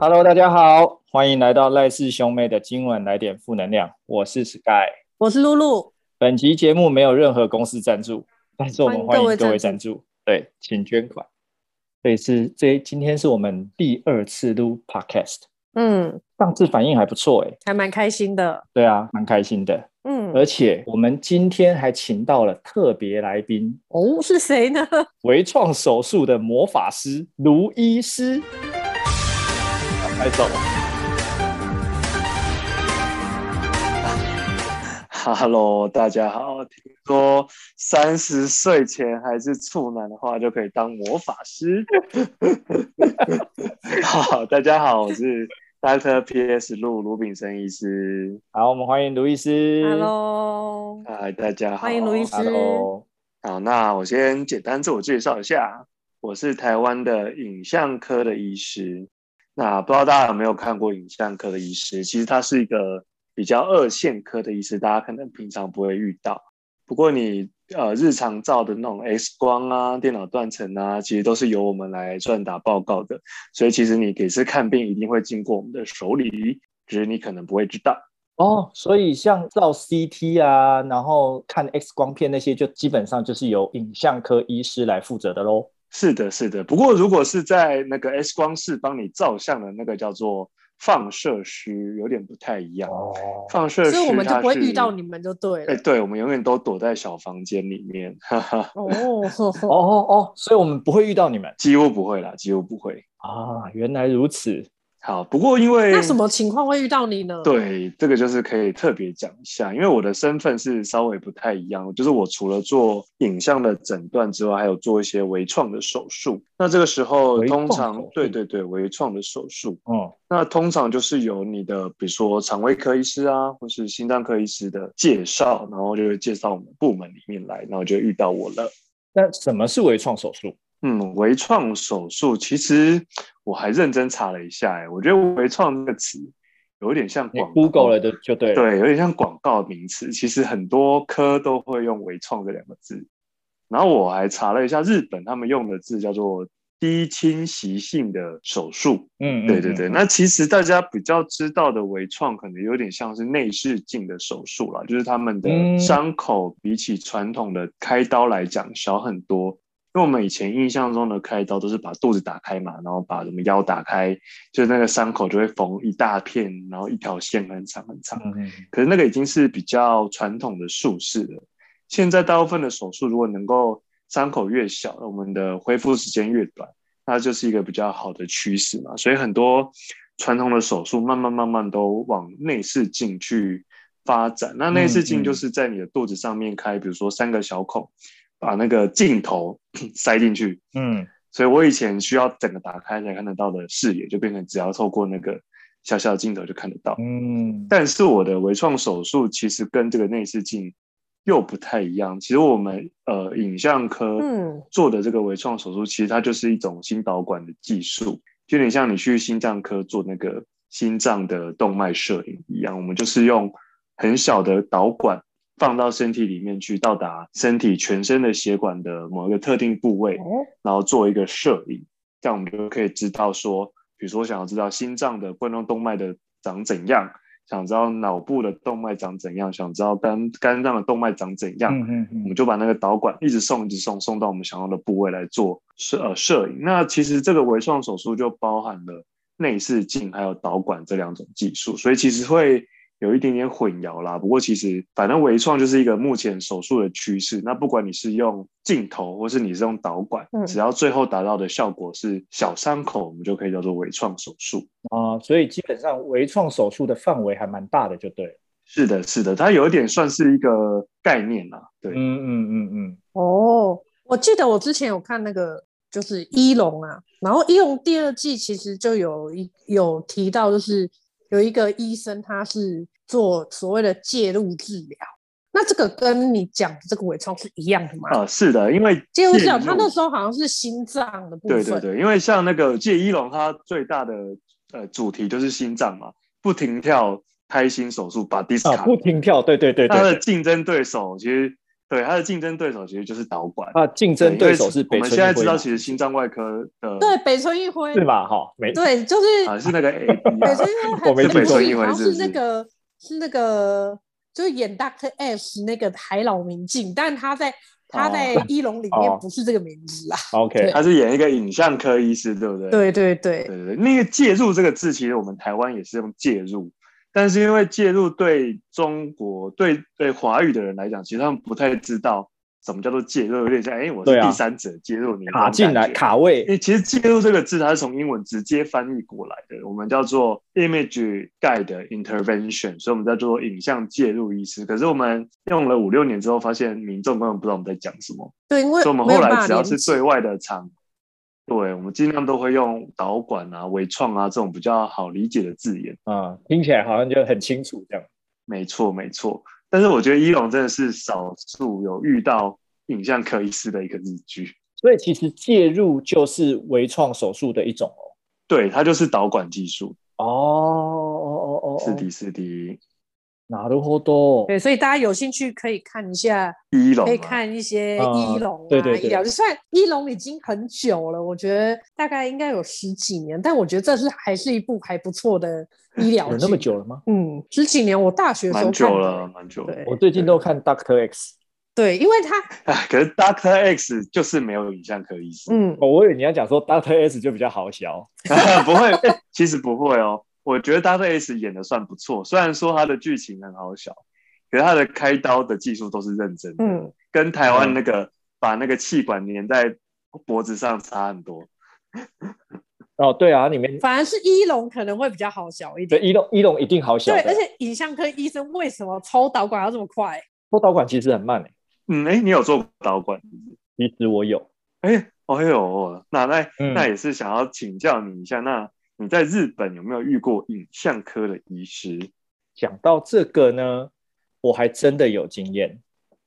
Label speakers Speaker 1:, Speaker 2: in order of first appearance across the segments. Speaker 1: Hello，大家好，欢迎来到赖氏兄妹的今晚来点负能量，我是 Sky。
Speaker 2: 我是露露，
Speaker 1: 本集节目没有任何公司赞助，但是我们欢迎各位赞助，对，请捐款。这是这今天是我们第二次录 Podcast，
Speaker 2: 嗯，
Speaker 1: 上次反应还不错诶，
Speaker 2: 还蛮开心的，
Speaker 1: 对啊，蛮开心的。
Speaker 2: 嗯，
Speaker 1: 而且我们今天还请到了特别来宾，
Speaker 2: 哦，是谁呢？
Speaker 1: 微创手术的魔法师卢医师。啊拍手。
Speaker 3: Hello，大家好。听说三十岁前还是处男的话，就可以当魔法 师。好，大家好，我是 Doctor P.S. 陆卢炳生医师。
Speaker 1: 好，我们欢迎卢医师。
Speaker 2: Hello，
Speaker 3: 嗨，大家好，
Speaker 2: 欢迎卢医师
Speaker 1: Hello
Speaker 3: 好，那我先简单自我介绍一下，我是台湾的影像科的医师。那不知道大家有没有看过影像科的医师？其实他是一个比较二线科的医师，大家可能平常不会遇到。不过你呃日常照的那种 X 光啊、电脑断层啊，其实都是由我们来撰打报告的。所以其实你每次看病一定会经过我们的手里，只是你可能不会知道。
Speaker 1: 哦，所以像照 CT 啊，然后看 X 光片那些，就基本上就是由影像科医师来负责的喽。
Speaker 3: 是的，是的。不过如果是在那个 X 光室帮你照相的那个叫做放射师，有点不太一样。
Speaker 1: 哦，
Speaker 3: 放射师，
Speaker 2: 所以我们就不会遇到你。们就对
Speaker 3: 哎，
Speaker 2: 了。
Speaker 3: 对，我们永远都躲在小房间里面，哈哈，
Speaker 2: 哦，呵呵
Speaker 1: 哦哦哦，所以我们不会遇到你们
Speaker 3: 几乎不会啦，几乎不会。
Speaker 1: 啊，原来如此。
Speaker 3: 好，不过因为
Speaker 2: 那什么情况会遇到你呢？，
Speaker 3: 对，这个就是可以特别讲一下，因为我的身份是稍微不太一样，就是我除了做影像的诊断之外，还有做一些微创的手术。那这个时候，
Speaker 1: 微
Speaker 3: 通
Speaker 1: 创
Speaker 3: 常
Speaker 1: 手术
Speaker 3: 对对对，微创的手术，
Speaker 1: 嗯，
Speaker 3: 那通常就是由你的比如说肠胃科医师啊，或是心脏科医师的介绍，然后就会介绍我们部门里面来，然后就遇到我了。
Speaker 1: 那什么是微创手术？
Speaker 3: 嗯，微创手术其实我还认真查了一下、欸，我觉得“微创”这个词有点像
Speaker 1: 你
Speaker 3: 广告
Speaker 1: Google 了的就对了。，
Speaker 3: 对，有点像广告名词。其实很多科都会用“微创”这两个字。然后我还查了一下，日本他们用的字叫做低侵袭性的手术。
Speaker 1: 嗯，嗯
Speaker 3: 对对对，
Speaker 1: 嗯
Speaker 3: 那其实大家比较知道的微创，可能有点像是内视镜的手术啦，就是他们
Speaker 1: 嗯
Speaker 3: 的伤口比起传统的开刀来讲小很多。因为我们以前印象中的开刀都是把肚子打开嘛，然后把什么腰打开，就是那个伤口就会缝一大片，然后一条线很长很长。
Speaker 1: 嗯嗯
Speaker 3: 可是那个已经是比较传统的术式了。现在大部分的手术，如果能够伤口越小，我们的恢复时间越短，那就是一个比较好的趋势嘛。所以很多传统的手术慢慢慢慢都往内视镜去发展。那内
Speaker 1: 嗯
Speaker 3: 视
Speaker 1: 嗯
Speaker 3: 镜就是在你的肚子上面开，比如说三个小孔，把那个镜头塞进去，
Speaker 1: 嗯，
Speaker 3: 所以我以前需要整个打开才看得到的视野，就变成只要透过那个小小的镜头就看得到。
Speaker 1: 嗯，
Speaker 3: 但是我的微创手术其实跟这个内视镜又不太一样。其实我们呃影像科
Speaker 2: 嗯
Speaker 3: 做的这个微创手术，其实它就是一种心导管的技术，就有点像你去心脏科做那个心脏的动脉摄影一样。我们就是用很小的导管放到身体里面去，到达身体全身的血管的某一个特定部位，
Speaker 2: 哦，
Speaker 3: 然后做一个摄影，这样我们就可以知道说，比如说想要知道心脏的冠状动脉的长怎样，想知道脑部的动脉长怎样，想知道肝肝脏的动脉长怎样，
Speaker 1: 嗯嗯
Speaker 3: 我
Speaker 1: 嗯
Speaker 3: 们就把那个导管一直送，一直送，送到我们想要的部位来做摄呃摄影。那其实这个微创手术就包含了内视镜还有导管这两种技术，所以其实会有一点点混淆啦。不过其实反正微创就是一个目前手术的趋势。那不管你是用镜头或是你是用导管，
Speaker 2: 嗯
Speaker 3: 只要最后达到的效果是小伤口，我们就可以叫做微创手术。
Speaker 1: 啊，所以基本上微创手术的范围还蛮大的，就对了。
Speaker 3: 是的，是的，它有一点算是一个概念啦。对，
Speaker 1: 嗯嗯嗯嗯，
Speaker 2: 哦，我记得我之前有看那个就是一龙啊，然后一龙第二季其实就有一有提到，就是有一个医生他是做所谓的介入治疗，那这个跟你讲的这个微创是一样的吗？
Speaker 3: 啊、是的，因为
Speaker 2: 介入治
Speaker 3: 介
Speaker 2: 疗，他
Speaker 3: 入
Speaker 2: 那时候好像是心脏的部
Speaker 3: 对
Speaker 2: 分，
Speaker 3: 对对，因为像那个借一龙，他最大的呃主题就是心脏嘛，不停跳开心手术把 d i s
Speaker 1: 啊啊，不停跳，对对对
Speaker 3: 他
Speaker 1: 对
Speaker 3: 的
Speaker 1: 对，
Speaker 3: 竞争对手其实对，它的竞争对手其实就是导管。
Speaker 1: 啊，竞争对手是
Speaker 3: 我
Speaker 1: 北
Speaker 3: 们
Speaker 1: 村
Speaker 3: 现在
Speaker 1: 一辉
Speaker 3: 知道，
Speaker 1: 嘛
Speaker 3: 其实心脏外科的
Speaker 2: 对，北村一辉，
Speaker 1: 是吧？哈，没
Speaker 2: 对，就是
Speaker 3: 啊是那 个 A B
Speaker 2: 北
Speaker 3: 啊，
Speaker 2: 村一 辉还
Speaker 1: 我没
Speaker 2: 不
Speaker 1: 记
Speaker 2: 错
Speaker 1: 错
Speaker 2: 好像
Speaker 3: 是不
Speaker 2: 是
Speaker 3: 是
Speaker 2: 那个是那个就是演 Doctor S 那个海老明镜，但他在他
Speaker 3: 哦
Speaker 2: 在一龙里面
Speaker 1: 哦
Speaker 2: 不是这个名字啊。
Speaker 1: OK，
Speaker 3: 他是演一个影像科医师，对不对？
Speaker 2: 对对对，
Speaker 3: 对对对，那个介入这个字，其实我们台湾也是用介入，但是因为介入对中国对对华语的人来讲，其实他们不太知道什么叫做介入，有点像哎，我
Speaker 1: 对
Speaker 3: 是
Speaker 1: 啊
Speaker 3: 第三者介入你的
Speaker 1: 卡
Speaker 3: 那种
Speaker 1: 进来
Speaker 3: 感觉
Speaker 1: 卡位
Speaker 3: 因，为其实“介入”这个字，它是从英文直接翻译过来的，我们叫做 image guide intervention，所以我们叫做影像介入医师。可是我们用了五六年之后，发现民众根本不知道我们在讲什么，
Speaker 2: 对，因为
Speaker 3: 所以我们
Speaker 2: 没有
Speaker 3: 后
Speaker 2: 办
Speaker 3: 来
Speaker 2: 法
Speaker 3: 只要
Speaker 2: 连
Speaker 3: 是
Speaker 2: 接
Speaker 3: 对外的场，对我们尽量都会用导管啊、微创啊这种比较好理解的字眼。
Speaker 1: 嗯，听起来好像就很清楚这样。
Speaker 3: 没错，没错。但是我觉得伊隆真的是少数有遇到影像科医师的一个日剧，
Speaker 1: 所以其实介入就是微创手术的一种哦。
Speaker 3: 对，它就是导管技术，
Speaker 1: 哦哦哦哦，
Speaker 3: 是的，是的，
Speaker 1: なるほ
Speaker 3: 哦
Speaker 1: ど。
Speaker 2: 对，所以大家有兴趣可以看一下，
Speaker 3: 伊隆、啊、
Speaker 2: 可以看一些
Speaker 1: 啊
Speaker 2: 一龙啊、
Speaker 1: 对对对
Speaker 2: 医疗，就算一龙已经很久了，我觉得大概应该有十几年，但我觉得这是还是一部还不错的医疗
Speaker 1: 有
Speaker 2: 剧。
Speaker 1: 那么久了吗？
Speaker 2: 嗯，十几年，我大学的时候看
Speaker 3: 蛮
Speaker 2: 的
Speaker 3: 久了，。蛮久了。
Speaker 2: 对
Speaker 1: 我最近都哦看 Doctor X。
Speaker 2: 对，因为他
Speaker 3: 哎， 可是 Doctor X 就是没有影像科医师，
Speaker 2: 嗯，
Speaker 1: 哦，我以为你要讲说 Doctor S 就比较好笑。
Speaker 3: 不会、哎其实不会哦。我觉得 Doctor X 演的算不错，虽然说他的剧情很好笑，可是他的开刀的技术都是认真的，
Speaker 2: 嗯，
Speaker 3: 跟台湾那个、把那个气管粘在脖子上差很多。
Speaker 1: 哦，对啊，里面
Speaker 2: 反而是一龙可能会比较好笑一
Speaker 1: 对
Speaker 2: 点。
Speaker 1: 伊隆伊隆一定好笑
Speaker 2: 对，
Speaker 1: 的。啊
Speaker 2: 而且影像科医生为什么抽导管要这么快？
Speaker 1: 做导管其实很慢诶。
Speaker 3: 嗯，哎，你有做过导管？
Speaker 1: 其实我有，
Speaker 3: 哎，哦呦，那那
Speaker 1: 嗯
Speaker 3: 那也是想要请教你一下，那你在日本有没有遇过影像科的医师？
Speaker 1: 讲到这个呢，我还真的有经验。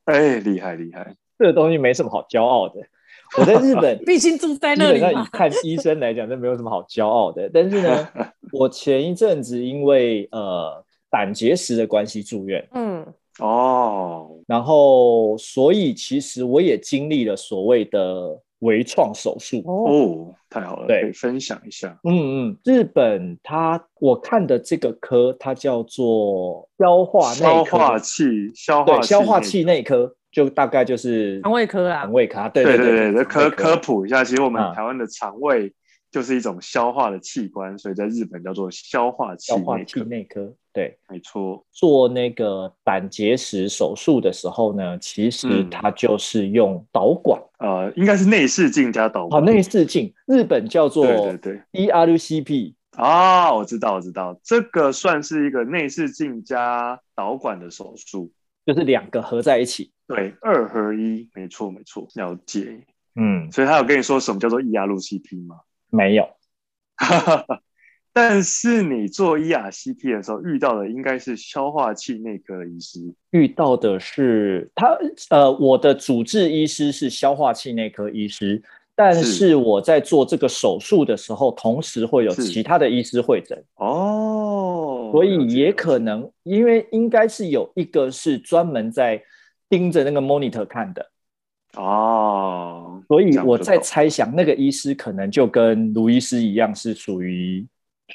Speaker 3: 哎，厉害厉害，
Speaker 1: 这个东西没什么好骄傲的。我在日本
Speaker 2: 毕竟住 在
Speaker 1: 基
Speaker 2: 那
Speaker 1: 本
Speaker 2: 里
Speaker 1: 上以
Speaker 2: 嘛。
Speaker 1: 看医生来讲，这没有什么好骄傲的。但是呢，我前一阵子因为呃胆结石的关系住院，
Speaker 2: 嗯，
Speaker 3: 哦，
Speaker 1: 然后所以其实我也经历了所谓的微创手术。
Speaker 2: 哦，
Speaker 3: 哦，太好了，
Speaker 1: 对
Speaker 3: 可以分享一下。
Speaker 1: 嗯嗯，日本它我看的这个科，它叫做消化内
Speaker 3: 消
Speaker 1: 科，
Speaker 3: 化器，消化
Speaker 1: 对消化器内科，就大内科就是
Speaker 2: 肠胃科啊
Speaker 1: 肠，胃科，啊对
Speaker 3: 内科。对
Speaker 1: 对
Speaker 3: 对对，
Speaker 1: 对，科
Speaker 3: 科科普一下，其实我们
Speaker 1: 嗯
Speaker 3: 台湾的肠胃就是一种消化的器官，所以在日本叫做消化器
Speaker 1: 消化
Speaker 3: 内
Speaker 1: 器
Speaker 3: 科。
Speaker 1: 内科，对。
Speaker 3: 没错，
Speaker 1: 做那个胆结石手术的时候呢，其实
Speaker 3: 嗯
Speaker 1: 它就是用导管，
Speaker 3: 呃，应该是内视镜加导
Speaker 1: 好、
Speaker 3: 管。
Speaker 1: 哦内视镜，日本叫做 E
Speaker 3: 对对对，
Speaker 1: ERCP，
Speaker 3: 啊，我知道，我知道，这个算是一个内视镜加导管的手术，
Speaker 1: 就是两个合在一起。
Speaker 3: 对，二合一，没错没错，了解。
Speaker 1: 嗯，
Speaker 3: 所以他有跟你说什么叫做 E ERCP 吗？
Speaker 1: 没有，
Speaker 3: 哈哈哈，但是你做 E ERCP 的时候遇到的应该是消化器内科的医师
Speaker 1: 遇到的是他，呃，我的主治医师是消化器内科医师，但
Speaker 3: 是
Speaker 1: 是我在做这个手术的时候，同时会有
Speaker 3: 是
Speaker 1: 其他的医师会诊。
Speaker 3: 哦，
Speaker 1: 所
Speaker 3: 了
Speaker 1: 以
Speaker 3: 解
Speaker 1: 也
Speaker 3: 了
Speaker 1: 可
Speaker 3: 解
Speaker 1: 能，因为应该是有一个是专门在盯着那个 monitor 看的，
Speaker 3: 哦，
Speaker 1: 所以
Speaker 3: 这样
Speaker 1: 我
Speaker 3: 就
Speaker 1: 在
Speaker 3: 懂
Speaker 1: 猜想，那个医师可能就跟卢医师一样，是属于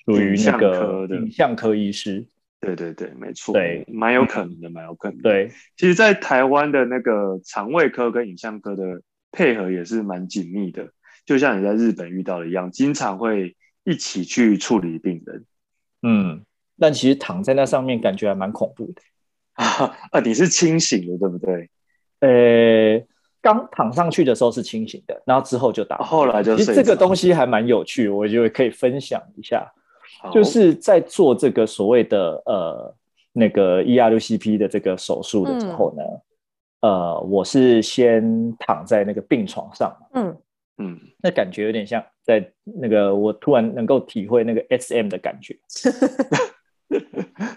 Speaker 1: 属于那
Speaker 3: 影像科
Speaker 1: 个
Speaker 3: 的
Speaker 1: 影像科医师。
Speaker 3: 对对对，没错，
Speaker 1: 对嗯
Speaker 3: 蛮有可能的，蛮有可能的。，
Speaker 1: 对，
Speaker 3: 其实，在台湾的那个肠胃科跟影像科的配合也是蛮紧密的，就像你在日本遇到的一样，经常会一起去处理病人。
Speaker 1: 嗯，但其实躺在那上面感觉还蛮恐怖的。
Speaker 3: 啊，你是清醒的，对不对？
Speaker 1: 呃，刚躺上去的时候是清醒的，然后之后就打。
Speaker 3: 后来哦就
Speaker 1: 其
Speaker 3: 睡着
Speaker 1: 实这个东西还蛮有趣，我觉得可以分享一下，
Speaker 3: 好
Speaker 1: 就是在做这个所谓的呃那个 E ERCP 的这个手术的时候呢，
Speaker 3: 嗯
Speaker 1: 呃，我是先躺在那个病床上嘛。
Speaker 2: 嗯，
Speaker 3: 嗯，
Speaker 1: 那感觉有点像在那个，我突然能够体会那个 S M 的感 觉，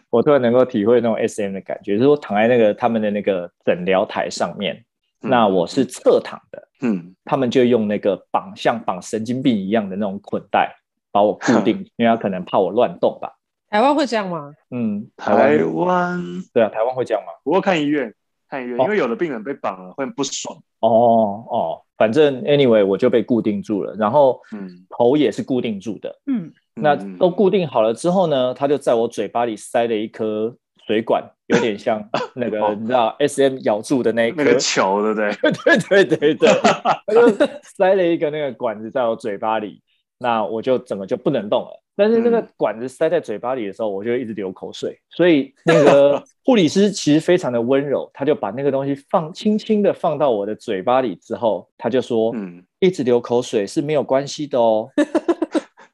Speaker 1: 我突然能够体会那种 S M 的感觉，就是我躺在那个他们的那个诊疗台上面，
Speaker 3: 嗯
Speaker 1: 那我是侧躺的，
Speaker 3: 嗯，
Speaker 1: 他们就用那个绑像绑神经病一样的那种捆带把我固 定，因为他可能怕我乱动吧。
Speaker 2: 台湾会这样吗？
Speaker 1: 嗯，台
Speaker 3: 台
Speaker 1: 湾
Speaker 3: 湾，
Speaker 1: 对啊，台湾会这样吗？
Speaker 3: 不过看医院，看医院，因为有的病人被绑了会不爽。
Speaker 1: 哦哦，反正 anyway 我就被固定住了，然后
Speaker 3: 嗯
Speaker 1: 头也是固定住的。
Speaker 4: 嗯，
Speaker 1: 那
Speaker 3: 嗯
Speaker 1: 都固定好了之后呢，他就在我嘴巴里塞了一颗水管，有点像那个
Speaker 3: 哦
Speaker 1: 你知道 S M 咬住的那一颗，
Speaker 3: 那个球，对不对？
Speaker 1: 对对对对，他就塞了一个那个管子在我嘴巴里，那我就整个就不能动了。但是那个
Speaker 3: 嗯
Speaker 1: 管子塞在嘴巴里的时候，我就一直流口水，所以那个护理师其实非常的温柔，他就把那个东西放轻轻的放到我的嘴巴里之后，他就说，
Speaker 3: 嗯，
Speaker 1: 一直流口水是没有关系的哦。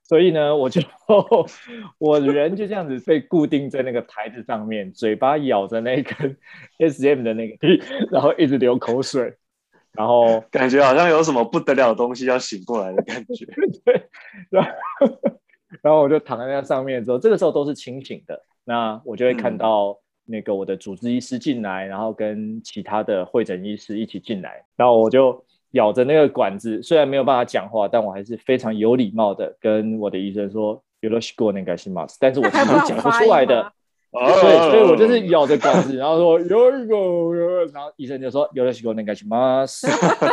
Speaker 1: 所以呢，我就 我人就这样子被固定在那个台子上面，嘴巴咬着那根 S M 的那个，然后一直流口水，然后
Speaker 3: 感觉好像有什么不得了的东西要醒过来的感 觉。
Speaker 1: 然后我就躺在那上面之后，这个时候都是清醒的，那我就会看到那个我的主治医师进来，然后跟其他的会诊医师一起进来，然后我就咬着那个管子，虽然没有办法讲话，但我还是非常有礼貌的跟我的医生说。有了过那个是吗？但是我其
Speaker 2: 还
Speaker 1: 实
Speaker 2: 不让
Speaker 1: 讲不
Speaker 2: 发
Speaker 1: 出
Speaker 2: 音
Speaker 1: 来 的
Speaker 2: 吗，
Speaker 3: 哦
Speaker 1: 对，所以我就是咬着管子，然后说有一个，有一个然后医生就说有了西那个什么。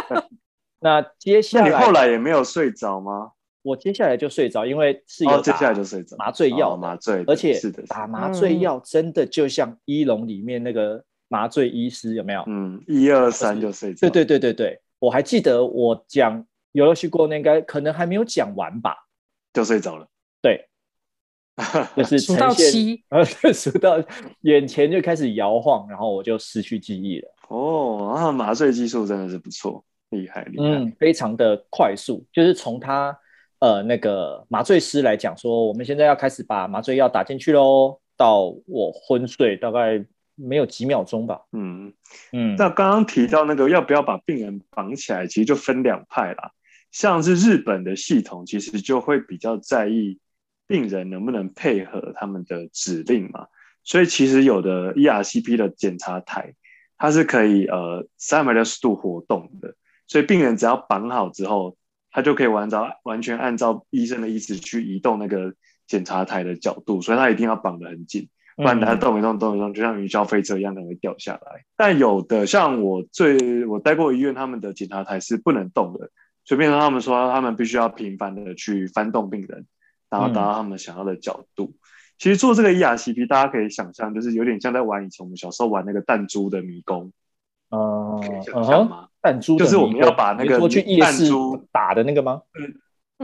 Speaker 1: 那接
Speaker 3: 那
Speaker 1: 下
Speaker 3: 你
Speaker 1: 来，
Speaker 3: 后来也没有睡着吗？
Speaker 1: 我接下来就睡着，因为是有
Speaker 3: 哦，接下
Speaker 1: 打
Speaker 3: 来就睡着。
Speaker 1: 麻醉药
Speaker 3: 哦
Speaker 1: 的，
Speaker 3: 麻醉的，
Speaker 1: 而且
Speaker 3: 是的，是的
Speaker 1: 打麻
Speaker 2: 嗯
Speaker 1: 醉药真的就像《一龙》里面那个麻醉医师有没有？
Speaker 3: 嗯，一二三就睡着。
Speaker 1: 对对对对对，我还记得我讲有了西过那应该可能还没有讲完吧？
Speaker 3: 就睡着了。
Speaker 1: 对，就是
Speaker 2: 数到
Speaker 1: 呈现，
Speaker 2: 七，
Speaker 1: 然后就数到眼前就开始摇晃，然后我就失去记忆了。
Speaker 3: 哦，那麻醉技术真的是不错，厉害厉害。
Speaker 1: 嗯，非常的快速，就是从他呃那个麻醉师来讲说，我们现在要开始把麻醉药打进去喽，到我昏睡大概没有几秒钟吧。
Speaker 3: 嗯，
Speaker 1: 嗯，
Speaker 3: 那刚刚提到那个要不要把病人绑起来，其实就分两派啦。像是日本的系统，其实就会比较在意病人能不能配合他们的指令嘛。所以其实有的 E ERCP 的检查台，它是可以呃三百六十度活动的，所以病人只要绑好之后，他就可以完照完全按照医生的意思去移动那个检查台的角度，所以他一定要绑得很紧。不然它
Speaker 1: 嗯
Speaker 3: 动一动动一动，就像云霄飞车一样，可能会掉下来。但有的像我最我待过医院，他们的检查台是不能动的，随便他们说他们必须要频繁的去翻动病人，然后
Speaker 1: 嗯
Speaker 3: 达到他们想要的角度。其实做这个 E ERCP，大家可以想象，就是有点像在玩以前我们小时候玩那个弹珠的迷宫，
Speaker 1: 呃
Speaker 3: 可以想
Speaker 1: 嗯
Speaker 3: 象
Speaker 1: 哼，
Speaker 3: 吗？
Speaker 1: 弹珠的
Speaker 3: 就是我们
Speaker 1: 迷宫
Speaker 3: 要把那
Speaker 1: 你
Speaker 3: 个
Speaker 1: 说去夜
Speaker 3: 弹
Speaker 1: 市
Speaker 3: 珠
Speaker 1: 打的那个吗？
Speaker 2: 嗯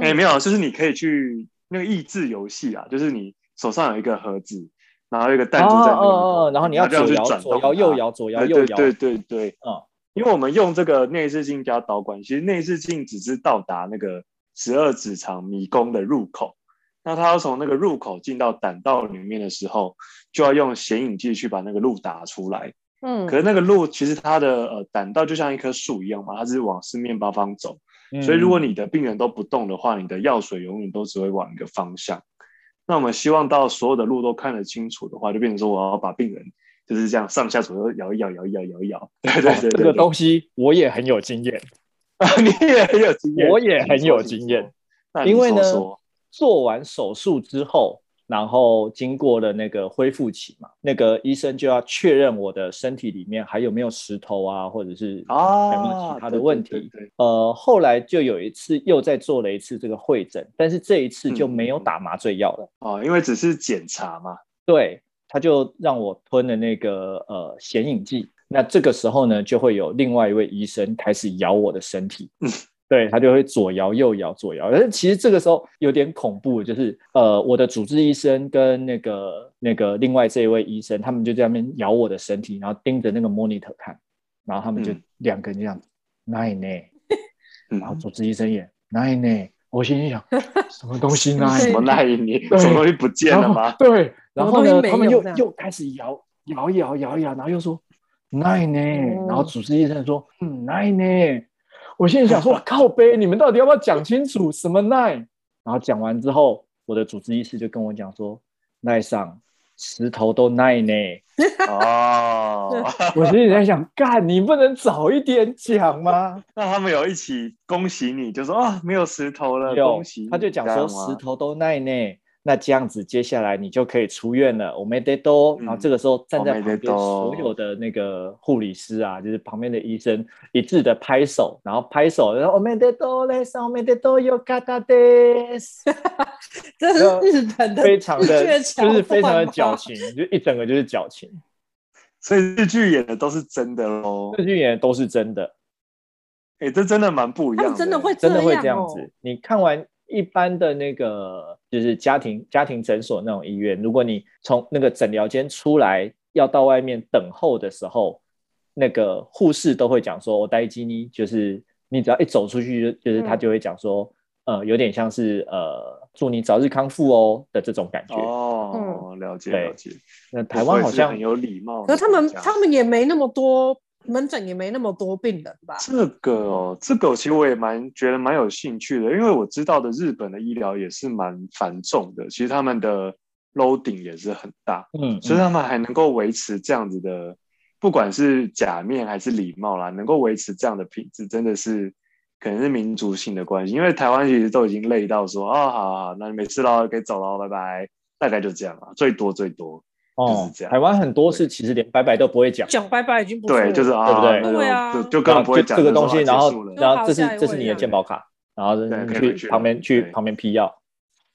Speaker 3: 哎、没有，就是你可以去那个益智游戏啊，就是你手上有一个盒子，然后有一个弹珠在那个里头
Speaker 1: 哦哦哦，然后你要
Speaker 3: 这样
Speaker 1: 左
Speaker 3: 去
Speaker 1: 摇
Speaker 3: 转
Speaker 1: 左
Speaker 3: 动
Speaker 1: 摇
Speaker 3: 它
Speaker 1: 右摇左摇
Speaker 3: 对
Speaker 1: 右
Speaker 3: 对
Speaker 1: 摇，
Speaker 3: 对对对，
Speaker 1: 嗯
Speaker 3: 嗯，因为我们用这个内视镜加导管，其实内视镜只是到达那个十二指肠迷宫的入口，那它要从那个入口进到胆道里面的时候，就要用显影剂去把那个路打出来。
Speaker 2: 嗯，
Speaker 3: 可是那个路其实它的呃胆道就像一棵树一样嘛，它是往四面八方走，
Speaker 1: 嗯
Speaker 3: 所以如果你的病人都不动的话，你的药水永远都只会往一个方向。那我们希望到所有的路都看得清楚的话，就变成说我要把病人就是这样上下左右摇一摇，摇一摇，摇一摇。对对对对
Speaker 1: 哦这
Speaker 3: 对
Speaker 1: 个东西我也很有经验，
Speaker 3: 你也很有经验，
Speaker 1: 我也很有经验因为呢
Speaker 3: 那你说说
Speaker 1: 做完手术之后，然后经过了那个恢复期嘛，那个医生就要确认我的身体里面还有没有石头啊，或者是
Speaker 3: 啊，
Speaker 1: 有没有其他的问题
Speaker 3: 对对对对
Speaker 1: 呃，后来就有一次又再做了一次这个会诊，但是这一次就没有
Speaker 3: 嗯
Speaker 1: 打麻醉药了。
Speaker 3: 哦，因为只是检查嘛，
Speaker 1: 对，他就让我吞了那个呃显影剂。那这个时候呢，就会有另外一位医生开始摇我的身体，
Speaker 3: 嗯
Speaker 1: 对他就会左摇右摇左摇。但是其实这个时候有点恐怖，就是呃，我的主治医生跟那个那个另外这一位医生，他们就在那边摇我的身体，然后盯着那个 monitor 看，然后他们就
Speaker 3: 嗯
Speaker 1: 两个人这样奈奈，
Speaker 3: 嗯
Speaker 1: 然后主治医生也奈奈。我心里想，什么东西奈
Speaker 2: 对
Speaker 1: 奈
Speaker 3: 什么？那一年
Speaker 1: 啊对
Speaker 3: 什么东西不见了吗？
Speaker 1: 对，然后
Speaker 2: 什么
Speaker 1: 呢，
Speaker 2: 东西
Speaker 1: 他们
Speaker 2: 没有
Speaker 1: 又
Speaker 2: 这样
Speaker 1: 又开始摇摇一摇摇一摇，然后又说奶奶，
Speaker 2: 哦
Speaker 1: 然后主治医生说嗯奶奶，我心里想说靠背，你们到底要不要讲清楚什么奈？然后讲完之后，我的主治医师就跟我讲说奈上石头都奈呢，
Speaker 3: 哦，
Speaker 1: 我心里在想，干你不能早一点讲吗？
Speaker 3: 那他们有一起恭喜你，就说啊，没有石头了，
Speaker 1: 有
Speaker 3: 恭喜你，
Speaker 1: 他就讲
Speaker 3: 这
Speaker 1: 说
Speaker 3: 样吗
Speaker 1: 石头都奈呢，那这样子，接下来你就可以出院了。我们得都，
Speaker 3: 嗯
Speaker 1: 然后这个时候站在旁
Speaker 3: Omedeto
Speaker 1: 边所有的那个护理师啊，就是旁边的医生一致的拍手，然后拍手，然后我们得都嘞，我们得都有嘎达的，
Speaker 2: 这是日本的，
Speaker 1: 非常
Speaker 2: 日
Speaker 1: 的
Speaker 2: 剧桥
Speaker 1: 就
Speaker 2: 段吗
Speaker 1: 是非常的矫情，就一整个就是矫情。
Speaker 3: 所以日剧演的都是真的喽。
Speaker 1: 这些演都是真的，
Speaker 3: 哎、这真的蛮不一
Speaker 2: 他
Speaker 3: 样
Speaker 2: 们
Speaker 3: 的。
Speaker 2: 真的会
Speaker 1: 真的会这
Speaker 2: 样
Speaker 1: 样
Speaker 2: 哦
Speaker 1: 子。你看完一般的那个就是家庭家庭诊所那种医院，如果你从那个诊疗间出来，要到外面等候的时候，那个护士都会讲说：“我待基尼。”就是你只要一走出去，就就是他
Speaker 2: 嗯
Speaker 1: 就会讲说：“呃，有点像是呃，祝你早日康复哦的这种感觉。
Speaker 3: 哦，了解
Speaker 1: 对
Speaker 3: 了解。
Speaker 1: 那台湾好
Speaker 3: 不愧是
Speaker 1: 像
Speaker 3: 很有礼貌
Speaker 2: 嗯可
Speaker 3: 的
Speaker 2: 是他们
Speaker 3: 国家
Speaker 2: 他们也没那么多门诊，也没那么多病人吧？
Speaker 3: 这个哦，这个其实我也蛮觉得蛮有兴趣的，因为我知道的日本的医疗也是蛮繁重的，其实他们的 loading 也是啊很大，
Speaker 1: 嗯，
Speaker 3: 所以
Speaker 1: 嗯
Speaker 3: 他们还能够维持这样子的，不管是假面还是礼貌啦，能够维持这样的品质，真的是可能是民族性的关系，因为台湾其实都已经累到说，哦，好好好，那你没事喽，可以走喽，拜拜，大概就这样了，最多最多，
Speaker 1: 哦
Speaker 3: 是这，样
Speaker 1: 台湾很多是其实连拜拜都不会讲。
Speaker 2: 讲拜拜已经不错了
Speaker 3: 对，就是
Speaker 1: 对
Speaker 3: 啊，
Speaker 1: 不对
Speaker 3: 那就
Speaker 2: 对啊
Speaker 3: 就就根本不会
Speaker 1: 然后就
Speaker 3: 讲
Speaker 1: 这个
Speaker 3: 就
Speaker 1: 东
Speaker 3: 说
Speaker 1: 西，
Speaker 3: 啊
Speaker 1: 然
Speaker 3: 结束
Speaker 1: 后
Speaker 3: 了
Speaker 1: 然后这
Speaker 2: 就好
Speaker 1: 是
Speaker 2: 下一
Speaker 1: 这是
Speaker 2: 位
Speaker 1: 你的
Speaker 2: 这样
Speaker 1: 健保卡，然后
Speaker 3: 对可以
Speaker 1: 你
Speaker 3: 回去
Speaker 1: 去
Speaker 3: 了
Speaker 1: 旁边去
Speaker 3: 对
Speaker 1: 旁边批药，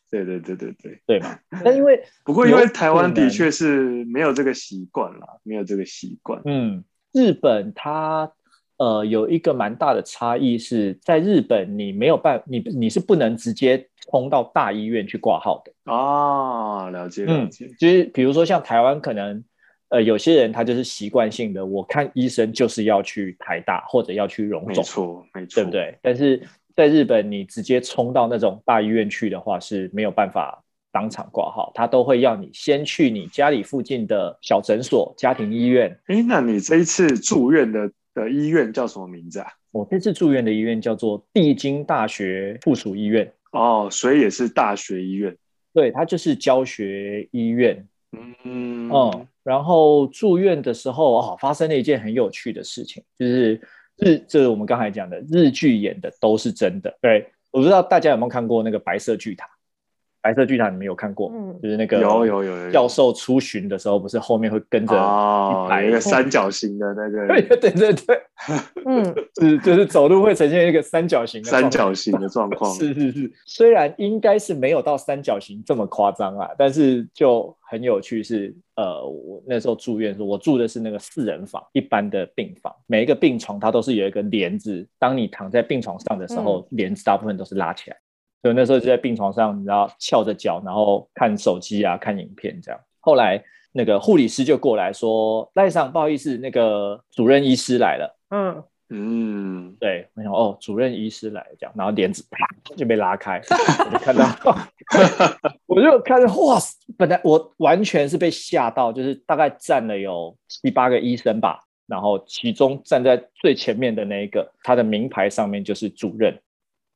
Speaker 3: 对对对对对。
Speaker 1: 对 嘛？但因为
Speaker 3: 不过因为
Speaker 1: 有
Speaker 3: 台湾
Speaker 1: 可
Speaker 3: 的
Speaker 1: 能
Speaker 3: 确是没有这个习惯啦，没有这个习惯。
Speaker 1: 嗯，日本它呃有一个蛮大的差异是在日本你没有办你你是不能直接冲到大医院去挂号的。
Speaker 3: 啊，了解
Speaker 1: 嗯
Speaker 3: 了解。
Speaker 1: 就是比如说像台湾，可能呃有些人他就是习惯性的，我看医生就是要去台大或者要去荣
Speaker 3: 没
Speaker 1: 总，
Speaker 3: 错没错，
Speaker 1: 对不？对？但是在日本，你直接冲到那种大医院去的话是没有办法当场挂号，他都会要你先去你家里附近的小诊所、家庭医院。
Speaker 3: 哎，那你这一次住院的的医院叫什么名字啊？
Speaker 1: 我这次住院的医院叫做帝京大学附属医院，
Speaker 3: 哦，所以也是大学医院。
Speaker 1: 对，它就是教学医院。
Speaker 3: 嗯，
Speaker 1: 嗯，然后住院的时候哦，发生了一件很有趣的事情，就是日，这是我们刚才讲的日剧演的都是真的。对，我不知道大家有没有看过那个白色巨塔《白色巨塔》，你们有看过？
Speaker 2: 嗯
Speaker 1: 就是那个
Speaker 3: 有有有有
Speaker 1: 教授出巡的时候，不是后面会跟着、
Speaker 3: 哦
Speaker 1: 一，排
Speaker 3: 有一个三角形的那
Speaker 1: 对
Speaker 3: 个
Speaker 1: 对对对对，
Speaker 2: 嗯，
Speaker 1: 是就是走路会呈现一个三角形的状
Speaker 3: 三
Speaker 1: 态
Speaker 3: 角形的状 况。
Speaker 1: 是是是，虽然应该是没有到三角形这么夸张啊，但是就很有趣是，呃，我那时候住院的时候，我住的是那个四人房，一般的病房，每一个病床它都是有一个帘子，当你躺在病床上的时
Speaker 3: 嗯
Speaker 1: 候，帘子大部分都是拉起来，所以那时候就在病床上，你知道翘着脚，然后看手机啊，看影片这样。后来那个护理师就过来说：“赖上，不好意思，那个主任医师来了。”
Speaker 2: 嗯，
Speaker 3: 嗯，
Speaker 1: 对，我想哦，主任医师来了这样，然后帘子啪就被拉 开，我就看到， 我就看到哇，本来我完全是被吓到，就是大概站了有七八个医生吧，然后其中站在最前面的那一个，他的名牌上面就是主任，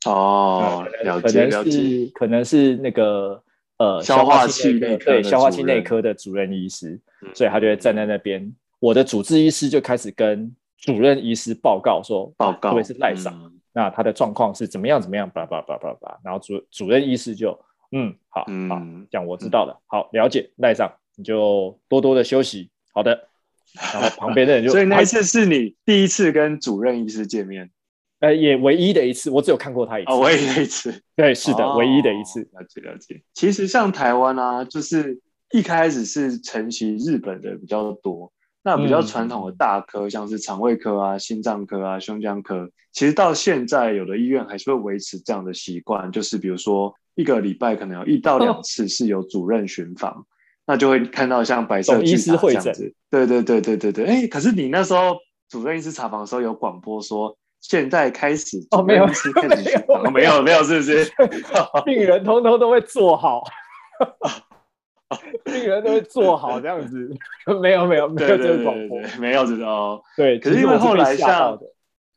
Speaker 3: 哦，了
Speaker 1: 可
Speaker 3: 解
Speaker 1: 能
Speaker 3: 了解。
Speaker 1: 是可能是那个呃
Speaker 3: 消化器
Speaker 1: 内
Speaker 3: 内科
Speaker 1: 对
Speaker 3: 的
Speaker 1: 消化
Speaker 3: 主
Speaker 1: 器内
Speaker 3: 任
Speaker 1: 科的主任医师，
Speaker 3: 嗯
Speaker 1: 所以他就会站在那边，我的主治医师就开始跟主任医师报告说，
Speaker 3: 报
Speaker 1: 啊
Speaker 3: 告，
Speaker 1: 这位是赖上。
Speaker 3: 嗯
Speaker 1: 那他的状况是怎么样怎么样，叭叭叭叭叭，然后主主任医师就嗯好好
Speaker 3: 嗯，
Speaker 1: 讲我知道了，好了解赖上，你就多多的休息，好的。然后旁边的人就
Speaker 3: 所以那
Speaker 1: 哎
Speaker 3: 一次是你第一次跟主任医师见面
Speaker 1: 呃也唯一的一次，我只有看过他一次，
Speaker 3: 啊，我也那一次。
Speaker 1: 对是的，
Speaker 3: 哦
Speaker 1: 唯一的一 次，
Speaker 3: 了解了解。其实像台湾啊，就是一开始是承袭日本的比较多，那比
Speaker 1: 嗯
Speaker 3: 较传统的大科，像是肠胃科啊、心脏科啊、胸腔科，其实到现在有的医院还是会维持这样的习惯，就是比如说一个礼拜可能有一到两次是由主任巡访。那就会看到像白色
Speaker 1: 总医
Speaker 3: 巨
Speaker 1: 师
Speaker 3: 塔
Speaker 1: 会
Speaker 3: 这样
Speaker 1: 诊
Speaker 3: 子，对对对对对对。哎，可是你那时候主任医师查房的时候有广播说，现在开始
Speaker 1: 哦
Speaker 3: 主
Speaker 1: 没有
Speaker 3: 任医师开始巡访
Speaker 1: 没
Speaker 3: 没
Speaker 1: 有
Speaker 3: 有没有是不是？
Speaker 1: 病人通通都会坐 好，病人都会坐好这样子， 没有没有没有
Speaker 3: 对对
Speaker 1: 这
Speaker 3: 对
Speaker 1: 个广
Speaker 3: 对
Speaker 1: 播，
Speaker 3: 对，没有这个哦。
Speaker 1: 对，
Speaker 3: 可是
Speaker 1: 其
Speaker 3: 因
Speaker 1: 实
Speaker 3: 为
Speaker 1: 我
Speaker 3: 后
Speaker 1: 被
Speaker 3: 来
Speaker 1: 吓到
Speaker 3: 像
Speaker 1: 的，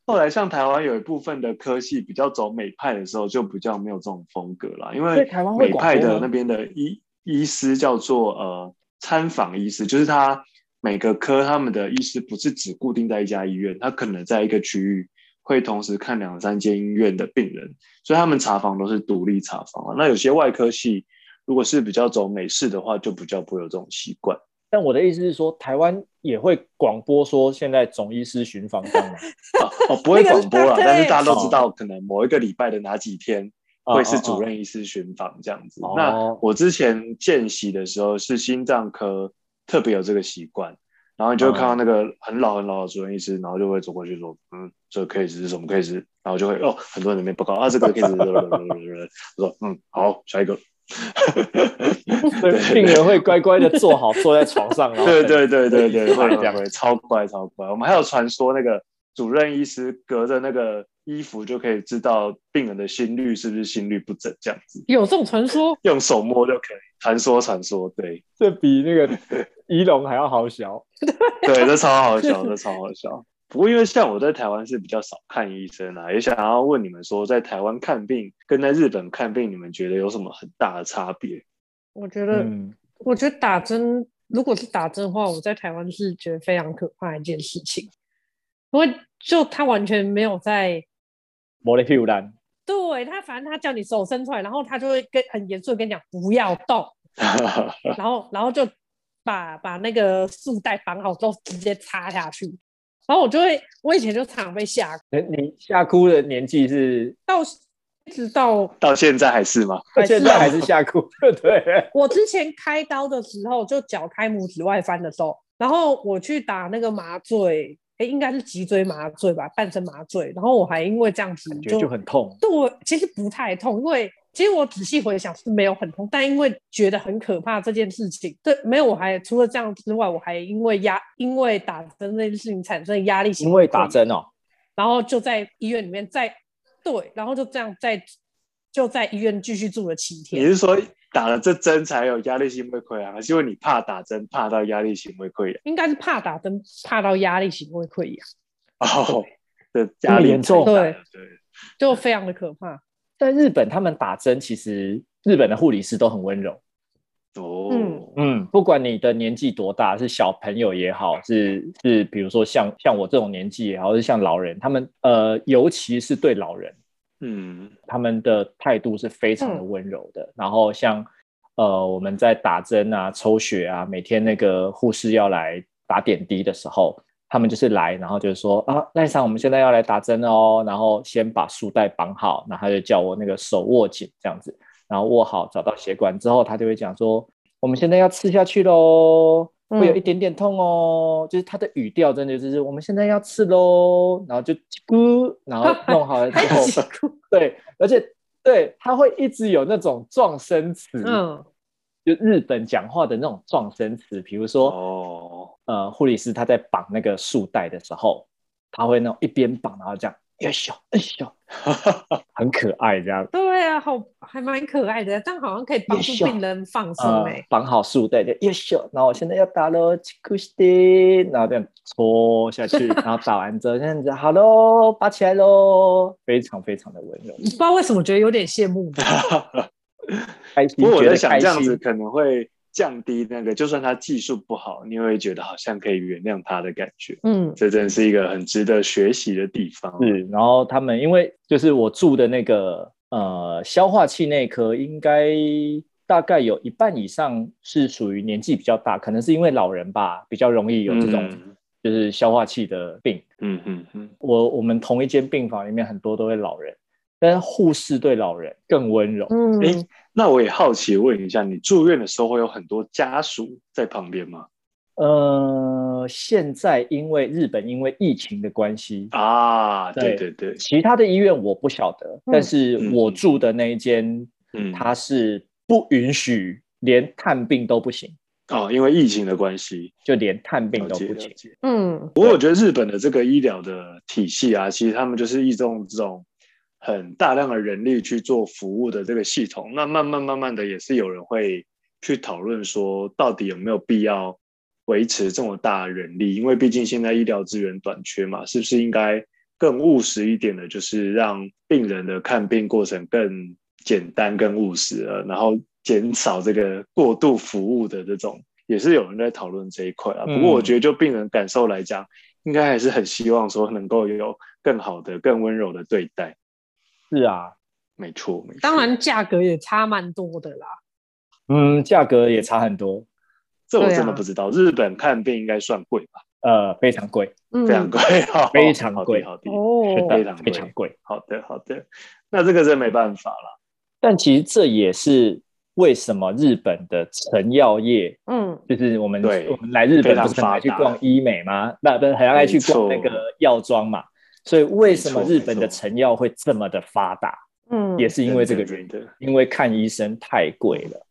Speaker 3: 后来像台湾有一部分的科系比较走美派的时候，就比较没有这种风格啦，因
Speaker 1: 所以
Speaker 3: 为
Speaker 1: 台湾会
Speaker 3: 美
Speaker 1: 广
Speaker 3: 派
Speaker 1: 播
Speaker 3: 的
Speaker 1: 吗
Speaker 3: 那边的医医师叫做呃参访医师，就是他每个科他们的医师不是只固定在一家医院，他可能在一个区域会同时看两三间医院的病人，所以他们查房都是独立查房啊。那有些外科系如果是比较走美式的话，就比较不会有这种习惯。
Speaker 1: 但我的意思是说，台湾也会广播说现在总医师巡房 中嘛，
Speaker 3: 哦，哦不会广播
Speaker 2: 那
Speaker 3: 啦，
Speaker 2: 个是
Speaker 3: 但是大家都知道，可能某一个礼拜的哪几天
Speaker 1: 哦
Speaker 3: 会是主任医师巡访这样子。
Speaker 1: 哦
Speaker 3: 那我之前见习的时候是心脏科特别有这个习惯，然后你就会看
Speaker 1: 嗯
Speaker 3: 到那个很老很老的主任医师，然后就会走过去说，嗯，这个 case 是什么 case，然后就会哦，很多人在那边报告啊，这个 case，是 我说嗯，好，下一个。
Speaker 1: 所以病人会乖乖的坐好，坐在床上，然后
Speaker 3: 对对对对对，会
Speaker 1: 这样
Speaker 3: 会超快超快。我们还有传说，那个主任医师隔着那个衣服就可以知道病人的心率是不是心律不整，这样子
Speaker 2: 有这种传说？
Speaker 3: 用手摸就可以。传说传说，对
Speaker 1: 这比那个仪容还要好 笑。
Speaker 3: 对，这超好笑，这超好笑。不过因为像我在台湾是比较少看医生啊，也想要问你们说，在台湾看病跟在日本看病，你们觉得有什么很大的差别？
Speaker 2: 我觉得，
Speaker 1: 嗯，
Speaker 2: 我觉得打针，如果是打针的话，我在台湾是觉得非常可怕的一件事情，因为就他完全没有在
Speaker 1: 我的 Q 兰，
Speaker 2: 对他，反正他叫你手伸出来，然后他就会跟很严肃的跟你讲不要动，然后然后就把把那个束带绑好之后直接插下去，然后我就会，我以前就常被吓，
Speaker 1: 哎你吓哭的年纪是，
Speaker 2: 到直到
Speaker 3: 到现在还是吗？
Speaker 2: 还是
Speaker 1: 现在还是吓哭，对不 对？
Speaker 2: 我之前开刀的时候，就脚开拇指外翻的时候，然后我去打那个麻醉，哎，应该是脊椎麻醉吧，半身麻醉，然后我还因为这样子
Speaker 1: 感觉就很痛。
Speaker 2: 对我其实不太痛，因为其实我仔细回想是没有很痛，但因为觉得很可怕这件事情，对，没有，我还除了这样之外，我还因为压因为打针这件事情产生压力型
Speaker 1: 因
Speaker 2: 崩溃，
Speaker 1: 为打针哦，
Speaker 2: 然后就在医院里面再对，然后就这样在就在医院继续住了七
Speaker 3: 你
Speaker 1: 嗯
Speaker 2: 天。
Speaker 3: 是说打了这针才有压力性胃溃疡，还是因为你怕打针怕到压力性胃溃疡？
Speaker 2: 应该是怕打针，怕到压力型胃溃疡，
Speaker 3: 哦，的压
Speaker 1: 这么
Speaker 3: 力
Speaker 1: 严重
Speaker 3: 太大
Speaker 2: 对
Speaker 3: 了对，
Speaker 2: 就非常的可怕。
Speaker 1: 在日本他们打针，其实日本的护理师都很温柔。
Speaker 3: 哦
Speaker 2: 嗯，
Speaker 1: 嗯，不管你的年纪多大，是小朋友也好，是是，比如说像像我这种年纪也好，是像老人，他们呃，尤其是对老人，
Speaker 3: 嗯
Speaker 1: 他们的态度是非常的温柔的。然后像呃，我们在打针啊、抽血啊，每天那个护士要来打点滴的时候，他们就是来，然后就是说啊，赖上我们现在要来打针哦，然后先把束带绑好，然后他就叫我那个手握紧这样子，然后握好找到血管之后，他就会讲说，我们现在要吃下去喽。会
Speaker 2: 嗯
Speaker 1: 有一点点痛哦，就是他的语调真的就是我们现在要吃喽，然后就咕，然 后弄好了之
Speaker 2: 还
Speaker 1: 后，
Speaker 2: 起哭，
Speaker 1: 对，而且对他会一直有那种撞声词，
Speaker 2: 嗯，
Speaker 1: 就日本讲话的那种撞声词，比如说、
Speaker 3: 哦，
Speaker 1: 呃，护理师他在绑那个束带的时候，他会那种一边绑，然后这样哎越小越小， 很可爱这样。
Speaker 2: 对啊，好，还蛮可爱的，但好像可以帮助
Speaker 1: 也是啊
Speaker 2: 病人放松
Speaker 1: 呃
Speaker 2: 哎、，
Speaker 1: 绑好束带就越小，然后我现在要打喽，起哭して，然后这样搓下 去，然后打完之后这样子，好喽，拔起来喽，非常非常的温柔，
Speaker 2: 不知道为什么觉得有点羡 慕。
Speaker 1: 开心。
Speaker 3: 不过我
Speaker 1: 觉
Speaker 3: 在
Speaker 1: 得
Speaker 3: 想
Speaker 1: 开
Speaker 3: 这样
Speaker 1: 心
Speaker 3: 子可能会降低那个，就算他技术不好，你也会觉得好像可以原谅他的感觉。
Speaker 2: 嗯，
Speaker 3: 这真是一个很值得学习的地方。
Speaker 1: 是，然后他们因为就是我住的那个呃消化器内科，应该大概有一半以上是属于年纪比较大，可能是因为老人吧，比较容易有这种
Speaker 3: 嗯
Speaker 1: 就是消化器的病。
Speaker 3: 嗯嗯嗯，
Speaker 1: 我我们同一间病房里面很多都会老人，但是护士对老人更温柔。
Speaker 2: 嗯，
Speaker 3: 诶那我也好奇问一下，你住院的时候会有很多家属在旁边吗？
Speaker 1: 呃，现在因为日本因为疫情的关系，
Speaker 3: 啊，对
Speaker 1: 对
Speaker 3: 对对，
Speaker 1: 其他的医院我不晓得，但是我住的那一间，
Speaker 3: 嗯，
Speaker 1: 它是不允许连探病都不行，
Speaker 3: 哦，因为疫情的关系，
Speaker 1: 就连探病
Speaker 3: 了
Speaker 1: 都
Speaker 3: 解
Speaker 1: 不
Speaker 3: 了
Speaker 1: 行。
Speaker 3: 解。
Speaker 2: 嗯，
Speaker 3: 不过我觉得日本的这个医疗的体系啊，其实他们就是一种这种很大量的人力去做服务的这个系统。那慢慢慢慢的，也是有人会去讨论说，到底有没有必要维持这么大的人力？因为毕竟现在医疗资源短缺嘛，是不是应该更务实一点的，就是让病人的看病过程更简单、更务实了，然后减少这个过度服务的这种。也是有人在讨论这一块啊，不过我
Speaker 1: 嗯
Speaker 3: 觉得就病人感受来讲，应该还是很希望说能够有更好的、更温柔的对待。
Speaker 1: 是啊，
Speaker 3: 没错，没错。
Speaker 2: 当然价格也差蛮多的啦。
Speaker 1: 嗯，价格也差很多，
Speaker 3: 这我
Speaker 2: 对啊
Speaker 3: 真的不知道。日本看病应该算贵吧？
Speaker 1: 呃，非常贵，
Speaker 2: 嗯
Speaker 3: 非常贵，哦
Speaker 1: 非常贵
Speaker 3: 好的，好的
Speaker 1: 是
Speaker 2: 哦，
Speaker 3: 非
Speaker 1: 的，
Speaker 3: 常
Speaker 1: 非
Speaker 3: 贵
Speaker 1: 常贵。
Speaker 3: 好的，好的。那这个真没办法了。
Speaker 1: 但其实这也是为什么日本的成药业，
Speaker 2: 嗯，
Speaker 1: 就是我们
Speaker 3: 对
Speaker 1: 我们来日
Speaker 3: 非
Speaker 1: 本
Speaker 3: 常
Speaker 1: 不是很爱去
Speaker 3: 发达
Speaker 1: 逛医美吗？那不是很爱去逛那
Speaker 3: 没错
Speaker 1: 个药妆嘛？所以为什么
Speaker 3: 没错
Speaker 1: 日本的
Speaker 3: 没错
Speaker 1: 成药会这么的发达，
Speaker 2: 嗯，
Speaker 1: 也是因为这个原
Speaker 3: 真
Speaker 1: 因，
Speaker 3: 的，
Speaker 1: 因为看医生太贵了。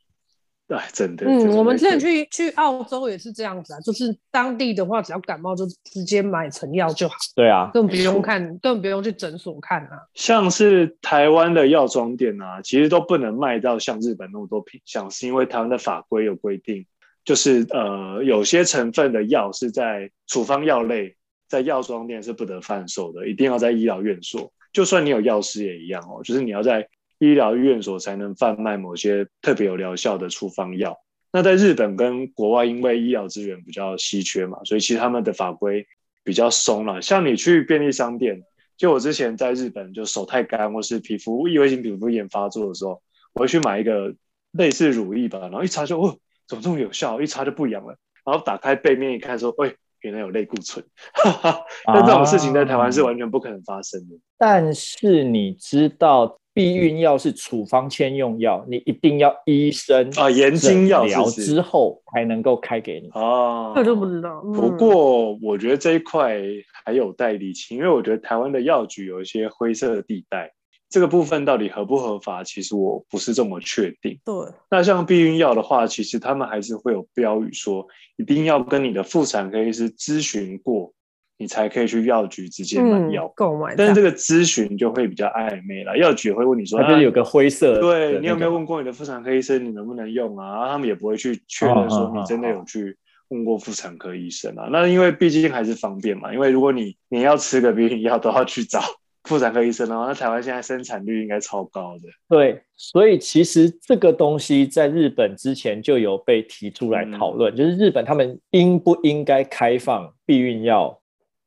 Speaker 3: 哎，真的。真
Speaker 2: 嗯，
Speaker 3: 的
Speaker 2: 我们之前，去去澳洲也是这样子啊，就是当地的话，只要感冒就直接买成药就好，
Speaker 1: 对啊，
Speaker 2: 根本不
Speaker 3: 没错
Speaker 2: 用看，根本不用去诊所看啊。
Speaker 3: 像是台湾的药妆店啊，其实都不能卖到像日本那么多品相，是因为台湾的法规有规定，就是呃，有些成分的药是在处方药类，在药妆店是不得贩售的，一定要在医疗院所。就算你有药师也一样哦，就是你要在医疗院所才能贩卖某些特别有疗效的处方药。那在日本跟国外，因为医疗资源比较稀缺嘛，所以其实他们的法规比较松了。像你去便利商店，就我之前在日本，就手太干或是皮肤异位性皮肤炎发作的时候，我会去买一个类似乳液吧，然后一擦就哦，怎么这么有效？一擦就不痒了。然后打开背面一看说，喂、原来有类固醇。哈哈，但这种事情在台湾是完全不可能发生的。
Speaker 1: 但是你知道，避孕药是处方签用药，你一定要医生
Speaker 3: 啊研经药
Speaker 1: 诊疗
Speaker 3: 是不是
Speaker 1: 之后才能够开给你。
Speaker 3: 哦，
Speaker 2: 这就不知道。嗯
Speaker 3: 不，过我觉得这一块还有待理清，因为我觉得台湾的药局有一些灰色的地带，这个部分到底合不合法，其实我不是这么确定。
Speaker 2: 对，
Speaker 3: 那像避孕药的话，其实他们还是会有标语说，一定要跟你的妇产科医师咨询过，你才可以去药局直接买
Speaker 2: 嗯
Speaker 3: 药。，
Speaker 2: 购买的
Speaker 3: 但是这个咨询就会比较暧昧了，药局也会问你说，
Speaker 1: 它就是
Speaker 3: 啊
Speaker 1: 有个灰色的那个、
Speaker 3: 对你有没有问过你的妇产科医生你能不能用啊？然后他们也不会去确
Speaker 1: 哦
Speaker 3: 认
Speaker 1: 哦
Speaker 3: 说
Speaker 1: 哦
Speaker 3: 你真的有去问过妇产科医生啊。那因为毕竟还是方便嘛，因为如果你你要吃个避孕药都要去找妇产科医生的话，那台湾现在生产率应该超高的。
Speaker 1: 对，所以其实这个东西在日本之前就有被提出来讨论，就是日本他们应不应该开放避孕药？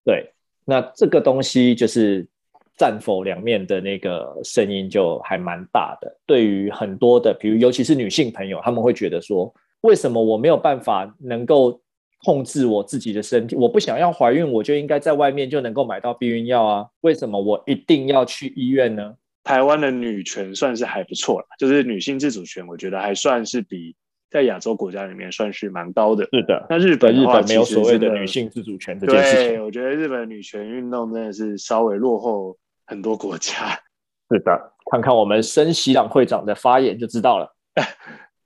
Speaker 1: 对，那这个东西就是赞否两面的那个声音就还蛮大的。对于很多的，比如尤其是女性朋友，他们会觉得说，为什么我没有办法能够控制我自己的身体？我不想要怀孕，我就应该在外面就能够买到避孕药啊？为什么我一定要去医院呢？
Speaker 3: 台湾的女权算是还不错了，就是女性自主权，我觉得还算是比在亚洲国家里面算是蛮高的。
Speaker 1: 是的，
Speaker 3: 那日
Speaker 1: 对
Speaker 3: 本
Speaker 1: 日
Speaker 3: 的话
Speaker 1: 本没有
Speaker 3: 其实
Speaker 1: 所谓
Speaker 3: 真
Speaker 1: 的女性自主权这件事
Speaker 3: 对，
Speaker 1: 情。
Speaker 3: 我觉得日本的女权运动真的是稍微落后很多国家。
Speaker 1: 是的，看看我们升喜朗会长的发言就知道了。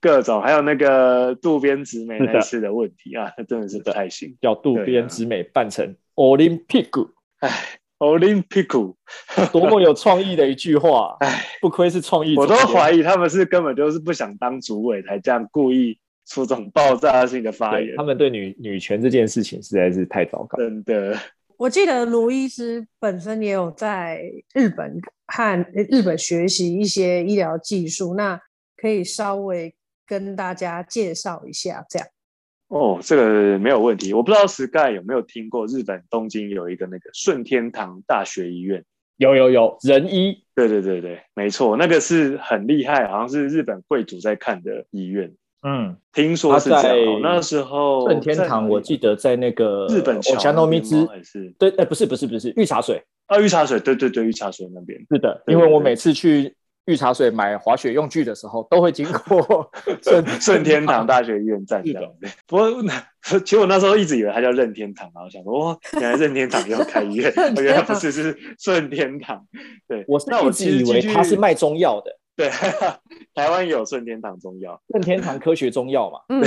Speaker 3: 各种，还有那个渡边直美
Speaker 1: 是的
Speaker 3: 那次的问题啊，那 真的是不太行。
Speaker 1: 叫渡
Speaker 3: 对
Speaker 1: 边
Speaker 3: 啊
Speaker 1: 直美扮成 Olympic，
Speaker 3: Olympic，
Speaker 1: 多么有创意的一句话！
Speaker 3: 哎，
Speaker 1: 不愧是创意总
Speaker 3: 我都
Speaker 1: 监，
Speaker 3: 怀疑他们是根本就是不想当主委，才这样故意出这种爆炸性的发
Speaker 1: 对
Speaker 3: 言
Speaker 1: 他。们对女女权这件事情实在是太糟糕。
Speaker 3: 真的，
Speaker 2: 我记得卢医师本身也有在日本和日本学习一些医疗技术，那可以稍微跟大家介绍一下，这样。，
Speaker 3: 哦，这个没有问题。我不知道 Sky 有没有听过，日本东京有一个那个顺天堂大学医院。
Speaker 1: 有有有，仁医
Speaker 3: 对对对对，没错，那个是很厉害，好像是日本贵族在看的医院。
Speaker 1: 嗯，
Speaker 3: 听说是这
Speaker 1: 他
Speaker 3: 样
Speaker 1: 在
Speaker 3: 哦。那时候
Speaker 1: 顺天
Speaker 3: 哦
Speaker 1: 堂，我记得在那个
Speaker 3: 啊日本桥
Speaker 1: 加
Speaker 3: 那
Speaker 1: 诺米
Speaker 3: 边
Speaker 1: 兹
Speaker 3: 吗还是
Speaker 1: 对，呃，不是不是不是，御茶水
Speaker 3: 啊，御茶水，对对对，御茶水那边。
Speaker 1: 是的，
Speaker 3: 对
Speaker 1: 因为
Speaker 3: 对
Speaker 1: 我
Speaker 3: 对
Speaker 1: 每次去御茶水买滑雪用具的时候，都会经过 顺
Speaker 3: 顺天堂大学医院站
Speaker 1: 是
Speaker 3: 这
Speaker 1: 的
Speaker 3: 样。不过，其实我那时候一直以为它叫任天堂，然后想说，哇，原来任天堂要开医院
Speaker 2: 任天堂
Speaker 3: 原来不是，是顺天堂。对，
Speaker 1: 我是
Speaker 3: 那我
Speaker 1: 一
Speaker 3: 其
Speaker 1: 直
Speaker 3: 实
Speaker 1: 以为
Speaker 3: 进去
Speaker 1: 他是卖中药的，
Speaker 3: 对， 台湾也有顺天堂中药，
Speaker 1: 顺天堂科学中药嘛，
Speaker 2: 嗯，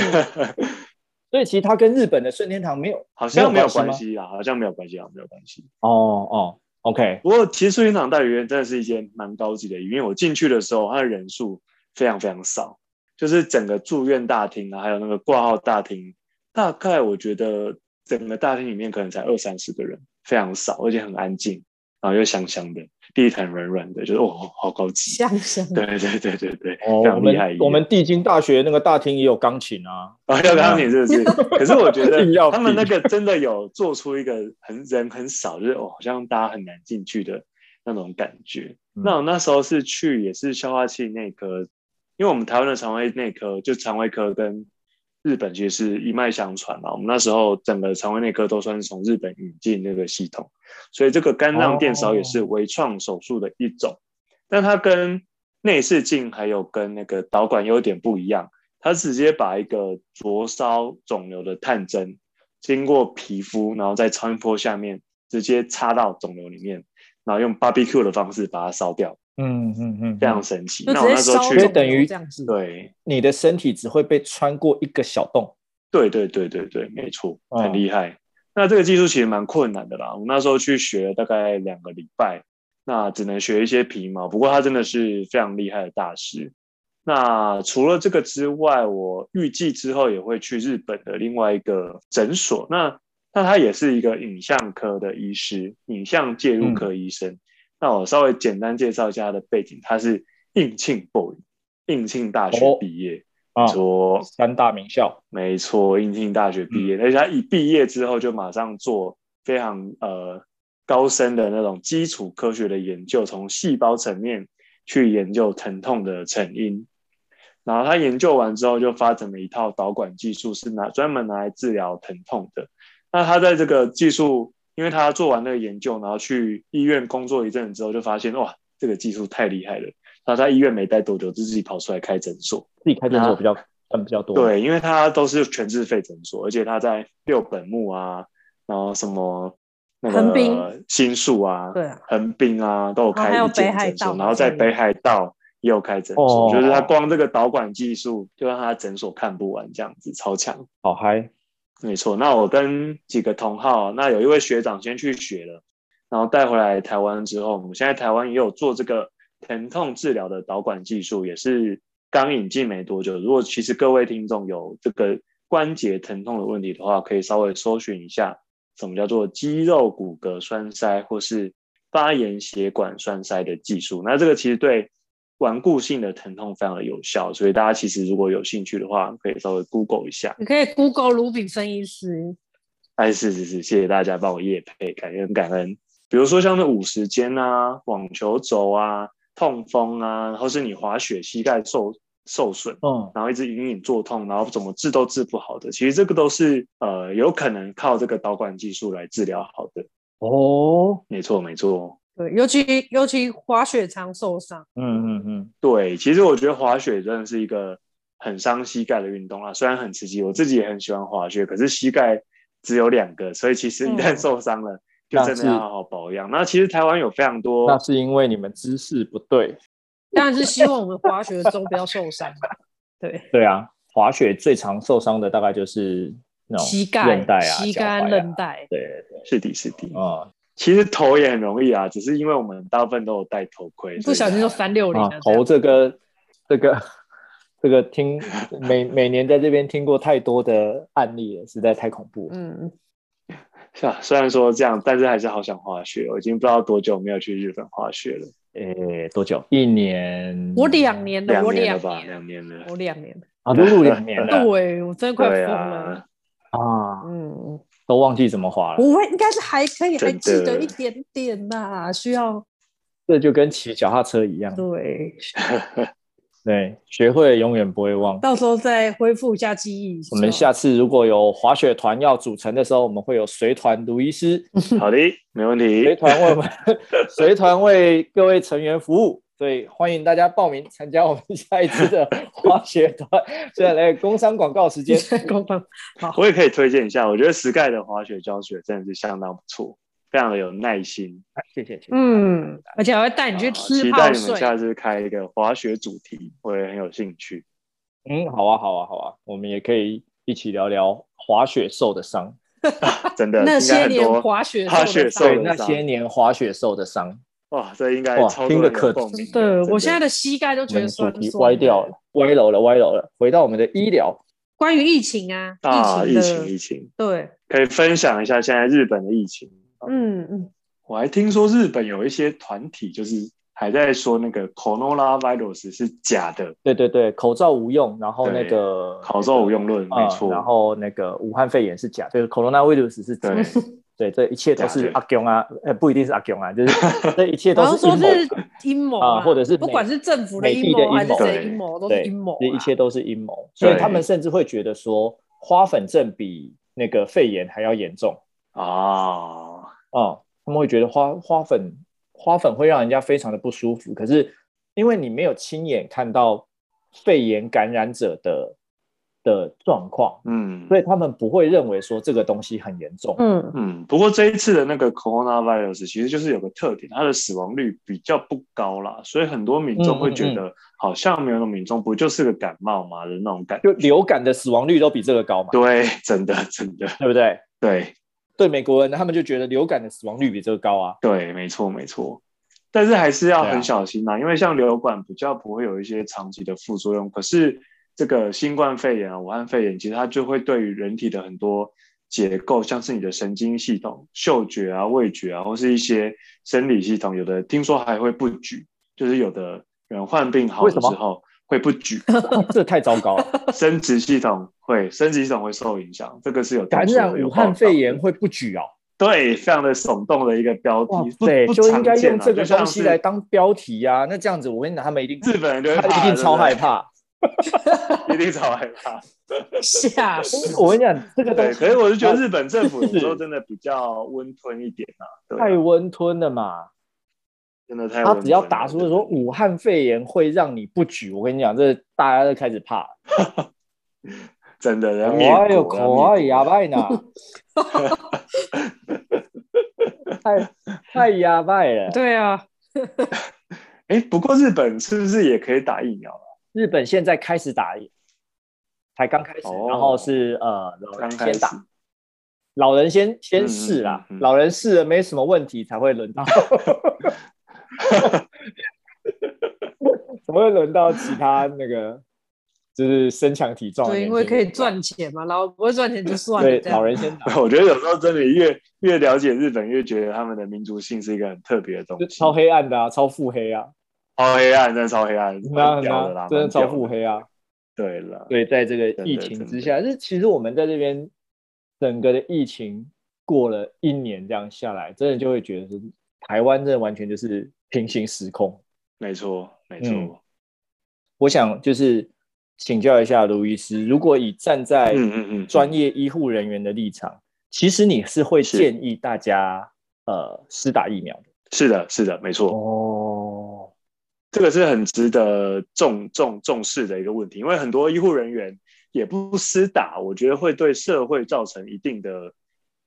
Speaker 1: 所以其实它跟日本的顺天堂没有
Speaker 3: 好像
Speaker 1: 没
Speaker 3: 没有
Speaker 1: 有关
Speaker 3: 关系啊，好像没有关系啊，没有关系。
Speaker 1: 哦哦，OK，
Speaker 3: 不过，其实顺天堂大学医院真的是一间蛮高级的医院，因为我进去的时候，它的人数非常非常少，就是整个住院大厅啊，还有那个挂号大厅，大概我觉得整个大厅里面可能才二三十个人，非常少，而且很安静，然后又香香的，地毯软软的，就是哦，好高 级。
Speaker 2: 想想
Speaker 3: 对对对对对，
Speaker 1: 哦我
Speaker 3: 非，常厉害
Speaker 1: 们
Speaker 3: 医院。
Speaker 1: 我们地经大学那个大厅也有钢琴啊，
Speaker 3: 哦，要钢琴是不是？可是我觉
Speaker 1: 硬要比
Speaker 3: 得他们那个真的有做出一个很人很少，就是哦，好像大家很难进去的那种感觉。
Speaker 1: 嗯
Speaker 3: 那我那时候是去也是消化器内科，因为我们台湾的肠胃内科就肠胃科跟日本其实是一脉相传嘛。我们那时候整个肠胃内科都算是从日本引进那个系统，所以这个肝脏电烧也是微创手术的一种，但它跟内视镜还有跟那个导管有点不一样，它直接把一个灼烧肿瘤的探针经过皮肤，然后在超音波下面直接插到肿瘤里面，然后用 barbecue 的方式把它烧掉，
Speaker 1: 嗯嗯嗯，
Speaker 3: 非常神奇。
Speaker 2: 就
Speaker 3: 那我那
Speaker 2: 直接
Speaker 3: 时
Speaker 2: 烧
Speaker 3: 候
Speaker 2: 肿
Speaker 3: 去
Speaker 1: 所
Speaker 2: 瘤
Speaker 1: 以，等于
Speaker 2: 这样子。
Speaker 3: 对
Speaker 1: 你的身体只会被穿过一个小洞。
Speaker 3: 对对对对对，没错，
Speaker 1: 哦
Speaker 3: 很厉害。那这个技术其实蛮困难的啦，我那时候去学大概两个礼拜，那只能学一些皮毛。不过他真的是非常厉害的大师。那除了这个之外，我预计之后也会去日本的另外一个诊所。那那他也是一个影像科的医师，影像介入科医生。那我稍微简单介绍一下他的背景，他是应庆 boy，应庆大学
Speaker 1: 哦
Speaker 3: 毕业，
Speaker 1: 啊，
Speaker 3: 说、
Speaker 1: 三大名校，
Speaker 3: 没错，应庆大学毕业，而且他一毕业之后就马上做非常呃高深的那种基础科学的研究，从细胞层面去研究疼痛的成因。然后他研究完之后，就发展了一套导管技术，是拿专门拿来治疗疼痛的。那他在这个技术，因为他做完那个研究，然后去医院工作一阵子之后，就发现哇，这个技术太厉害了。然后他医院没待多久，就自己跑出来开诊所。
Speaker 1: 自己开诊所比较赚比较多。，
Speaker 3: 对，因为它都是全自费诊所，而且它在六本木啊，然后什么那
Speaker 2: 横
Speaker 3: 个
Speaker 2: 滨
Speaker 3: 新宿啊、
Speaker 2: 对啊，
Speaker 3: 横滨啊都有
Speaker 2: 哦还
Speaker 3: 开
Speaker 2: 有
Speaker 3: 一间
Speaker 2: 北海
Speaker 3: 诊所，
Speaker 2: 道
Speaker 3: 然后在
Speaker 2: 对
Speaker 3: 北海道也有开诊所，
Speaker 1: 哦
Speaker 3: 就是他光这个导管技术就让他诊所看不完，这样子超强。
Speaker 1: 好嗨，嗯
Speaker 3: 没错，那我跟几个同号，那有一位学长先去学了，然后带回来台湾之后，我们现在台湾也有做这个疼痛治疗的导管技术，也是刚引进没多久。如果其实各位听众有这个关节疼痛的问题的话，可以稍微搜寻一下什么叫做肌肉骨骼栓塞或是发炎血管栓塞的技术。那这个其实对顽固性的疼痛非常的有效，所以大家其实如果有兴趣的话，可以稍微 Google 一下。
Speaker 2: 你可以 Google 卢炳生医师，
Speaker 3: 哎，是是是，谢谢大家帮我夜配，感恩感恩。比如说像那五十肩啊、网球肘啊、痛风啊，或是你滑雪膝盖受受损，
Speaker 1: 嗯，
Speaker 3: 然后一直隐隐作痛，然后怎么治都治不好的，其实这个都是呃有可能靠这个导管技术来治疗好的。
Speaker 1: 哦，
Speaker 3: 没错，没错。
Speaker 2: 对，尤其尤其滑雪常受伤，
Speaker 1: 嗯嗯嗯，
Speaker 3: 对，其实我觉得滑雪真的是一个很伤膝盖的运动啊，虽然很刺激，我自己也很喜欢滑雪，可是膝盖只有两个，所以其实一旦
Speaker 2: 嗯
Speaker 3: 受伤了，就
Speaker 1: 那
Speaker 3: 真的
Speaker 1: 是
Speaker 3: 要好好保养。那其实台湾有非常多
Speaker 1: 那是因为你们姿势不对。
Speaker 2: 当然是希望我们滑雪的时候不要受伤。对，
Speaker 1: 对啊，滑雪最常受伤的大概就是那种
Speaker 2: 膝盖、
Speaker 1: 韧带啊、
Speaker 2: 膝
Speaker 1: 脚踝
Speaker 2: 盖、
Speaker 1: 啊
Speaker 2: 韧。带，
Speaker 1: 对对对，
Speaker 3: 是的，是
Speaker 2: 嗯
Speaker 3: 的。
Speaker 1: 啊、
Speaker 3: 其实头也很容易啊，只是因为我们大部分都有戴头盔，
Speaker 2: 不小心就
Speaker 3: 所以
Speaker 2: 翻六零
Speaker 1: 啊
Speaker 2: 了，。这
Speaker 1: 头
Speaker 2: 样
Speaker 1: 这个这个这个听每每年在这边听过太多的案例了，实在太恐怖了。
Speaker 2: 嗯，
Speaker 3: 是啊。虽然说这样，但是还是好想滑雪哦。我已经不知道多久没有去日本滑雪了，
Speaker 1: 诶、多久？一年？
Speaker 2: 嗯我两年了，我
Speaker 3: 年
Speaker 2: 两
Speaker 3: 了吧，
Speaker 2: 年，
Speaker 3: 两年了。
Speaker 2: 我两年，
Speaker 1: 啊，都录两年了
Speaker 2: 对我真的快
Speaker 3: 对
Speaker 2: 疯了
Speaker 3: 啊。，
Speaker 1: 啊，
Speaker 2: 嗯，
Speaker 1: 都忘记怎么滑了。
Speaker 2: 我会应该是还可以，还
Speaker 3: 真的
Speaker 2: 记得一点点啦，需要
Speaker 1: 这就跟骑脚踏车一样，
Speaker 2: 对，
Speaker 1: 对，学会永远不会忘。
Speaker 2: 到时候再恢复一下记忆。
Speaker 1: 我们下次如果有滑雪团要组成的时候，我们会有随团卢医师，
Speaker 3: 好的，没问
Speaker 1: 随
Speaker 3: 题。
Speaker 1: 团为我 们随团为各位成员服务，所以欢迎大家报名参加我们下一次的滑雪团。接下来工商广告时 间，
Speaker 2: 公方
Speaker 3: 我也可以推荐一下，我觉得 Sky 的滑雪教学真的是相当不错，非常的有耐心。
Speaker 1: 谢谢，谢谢。
Speaker 2: 嗯，而且还会带你去
Speaker 3: 啊
Speaker 2: 吃
Speaker 3: 期
Speaker 2: 泡
Speaker 3: 待你们
Speaker 2: 水，
Speaker 3: 下次开一个滑雪主题，我也很有兴 趣。
Speaker 1: 嗯，好啊，好啊，好啊，我们也可以一起聊聊滑雪受的伤，
Speaker 3: 真的，
Speaker 2: 那
Speaker 3: 应该
Speaker 2: 些
Speaker 3: 很
Speaker 2: 年
Speaker 3: 多
Speaker 2: 滑雪
Speaker 3: 滑
Speaker 2: 受的
Speaker 3: 雪
Speaker 2: 伤
Speaker 3: 受
Speaker 1: 对
Speaker 3: 的
Speaker 1: 那
Speaker 3: 伤
Speaker 1: 些年滑雪受的伤，
Speaker 3: 哇，这应该
Speaker 1: 哇
Speaker 3: 超
Speaker 1: 听得
Speaker 3: 多人
Speaker 1: 可
Speaker 3: 有共鸣
Speaker 2: 真的，我现在
Speaker 3: 的
Speaker 2: 的膝盖都
Speaker 1: 我
Speaker 2: 觉
Speaker 1: 们的
Speaker 2: 得
Speaker 1: 主
Speaker 2: 酸
Speaker 1: 题
Speaker 2: 酸。
Speaker 1: 歪掉了，，歪楼了，歪楼了。回到我们的医疗，
Speaker 2: 关于疫情啊，
Speaker 3: 啊，
Speaker 2: 疫
Speaker 3: 疫
Speaker 2: 情
Speaker 3: 情
Speaker 2: 的
Speaker 3: 疫情，
Speaker 2: 对，
Speaker 3: 可以分享一下现在日本的疫情。
Speaker 2: 嗯嗯，
Speaker 3: 我还听说日本有一些团体就是还在说那个 coronavirus 是假的，
Speaker 1: 对对对，口罩无用，然后那
Speaker 3: 对
Speaker 1: 个
Speaker 3: 口罩无用论，
Speaker 1: 啊
Speaker 3: 没 错。
Speaker 1: 然后那个武汉肺炎是假，就是 coronavirus 是假对，
Speaker 3: 对，
Speaker 1: 这一切都
Speaker 3: 了
Speaker 1: 是
Speaker 3: 解
Speaker 1: 阿囧啊，呃，不一定是阿囧啊，就是 这一切都
Speaker 2: 然后
Speaker 1: 是
Speaker 2: 说
Speaker 1: 阴谋
Speaker 2: 是
Speaker 1: 论
Speaker 2: 阴谋
Speaker 1: 啊或者是
Speaker 2: 不
Speaker 1: 美
Speaker 2: 管是政府
Speaker 1: 美
Speaker 2: 阴
Speaker 1: 帝的
Speaker 2: 谋还
Speaker 1: 阴
Speaker 2: 是
Speaker 1: 谋
Speaker 2: 谁的
Speaker 3: 对
Speaker 2: 阴谋，都是
Speaker 1: 对，
Speaker 2: 阴谋啊
Speaker 1: 这一
Speaker 2: 啦。
Speaker 1: 切都是阴谋，所以
Speaker 3: 对
Speaker 1: 他们甚至会觉得说，花粉症比那个肺炎还要严重
Speaker 3: 哦，
Speaker 1: 啊、他们会觉得花花粉花粉会让人家非常的不舒服，可是因为你没有亲眼看到肺炎感染者的的状况，
Speaker 3: 嗯
Speaker 1: 所以他们不会认为说这个东西很严重。
Speaker 2: 嗯，
Speaker 3: 嗯，不过这一次的那个 coronavirus 其实就是有个特点，它的死亡率比较不高啦，所以很多民众会觉得好像没有那么严重，不就是个感冒嘛的那种感觉。
Speaker 1: 就流感的死亡率都比这个高嘛，
Speaker 3: 对，真的真的，
Speaker 1: 对不对？
Speaker 3: 对
Speaker 1: 对美国人，他们就觉得流感的死亡率比这个高啊。
Speaker 3: 对，没错没错。但是还是要
Speaker 1: 对啊
Speaker 3: 很小心啦、因为像流感比较不会有一些长期的副作用，可是这个新冠肺炎啊、武汉肺炎，其实它就会对于人体的很多结构，像是你的神经系统、嗅觉啊、味觉啊，或是一些生理系统，有的听说还会不举，就是有的人患病好
Speaker 1: 为
Speaker 3: 了
Speaker 1: 什
Speaker 3: 之
Speaker 1: 么
Speaker 3: 后会不举，
Speaker 1: 这太糟糕了！
Speaker 3: 生殖系统会生殖系统会受影响，这个是有听
Speaker 1: 感
Speaker 3: 说
Speaker 1: 染
Speaker 3: 有
Speaker 1: 武
Speaker 3: 报
Speaker 1: 汉
Speaker 3: 道
Speaker 1: 肺
Speaker 3: 的
Speaker 1: 炎会不举哦，
Speaker 3: 对，非常的耸动的一个标
Speaker 1: 哇
Speaker 3: 题，不
Speaker 1: 对，
Speaker 3: 不
Speaker 1: 就应该
Speaker 3: 常见
Speaker 1: 用
Speaker 3: 啊
Speaker 1: 这个
Speaker 3: 就像
Speaker 1: 东西
Speaker 3: 是
Speaker 1: 来当标题呀、那这样子，我跟你讲，他们一定
Speaker 3: 日本人就会
Speaker 1: 他
Speaker 3: 怕
Speaker 1: 一定超害， 怕。
Speaker 3: 对不对一定超害怕。
Speaker 2: 吓死！
Speaker 1: 我跟你讲， 这个东
Speaker 3: 对，
Speaker 1: 西，
Speaker 3: 可是我就觉得日本政府有时候真的比较温吞一点啊，对啊
Speaker 1: 太温吞了嘛。
Speaker 3: 真的太温
Speaker 1: 他
Speaker 3: 吞了。
Speaker 1: 只要打出
Speaker 3: 对
Speaker 1: 说武汉肺炎会让你不举，我跟你讲，这大家都开始怕了。
Speaker 3: 真的，人家灭
Speaker 1: 哎呦，可
Speaker 3: 国
Speaker 1: 啊爱呀，
Speaker 3: 吧？
Speaker 1: 拜呢， 太太呀，拜了。
Speaker 2: 对啊，
Speaker 3: 哎，不过日本是不是也可以打疫苗啊？
Speaker 1: 日本现在开始打，才刚开始，
Speaker 3: 哦
Speaker 1: 然后是呃老
Speaker 3: 刚
Speaker 1: 人
Speaker 3: 开
Speaker 1: 先
Speaker 3: 始
Speaker 1: 打，老人先
Speaker 3: 嗯
Speaker 1: 先试啦，
Speaker 3: 嗯嗯
Speaker 1: 老人试了没什么问题，才会轮到， 怎么会轮到其他那个就是身强体壮的
Speaker 2: 对，
Speaker 1: 年轻人？
Speaker 2: 因为可以赚钱嘛，然后不会赚钱就算了
Speaker 1: 对
Speaker 2: 这
Speaker 1: 老
Speaker 2: 样。
Speaker 1: 人先打，
Speaker 3: 我觉得有时候真的越越了解日本，越觉得他们的民族性 是一个很特别的东
Speaker 1: 就
Speaker 3: 西，
Speaker 1: 超黑暗的啊，超腹黑啊，
Speaker 3: 超黑暗，真的超黑暗，
Speaker 1: 那
Speaker 3: 蛮屌的啦，
Speaker 1: 真的
Speaker 3: 蛮屌
Speaker 1: 超腹黑啊。
Speaker 3: 对了，
Speaker 1: 对，在这个
Speaker 3: 真
Speaker 1: 疫
Speaker 3: 的
Speaker 1: 情
Speaker 3: 真
Speaker 1: 之
Speaker 3: 的
Speaker 1: 下，这其实我们在这边整个的疫情过了一年这样下来，真的就会觉得是台湾这完全就是平行时空。
Speaker 3: 没错，没
Speaker 1: 嗯
Speaker 3: 错。
Speaker 1: 我想就是请教一下卢医师，如果以站在
Speaker 3: 嗯嗯嗯
Speaker 1: 哎专业医护人员的立场，其实你是会
Speaker 3: 是
Speaker 1: 建议大家呃施打疫苗的
Speaker 3: 是的，是的，没错，
Speaker 1: 哦，
Speaker 3: 这个是很值得重重重视的一个问题，因为很多医护人员也不施打，我觉得会对社会造成一定的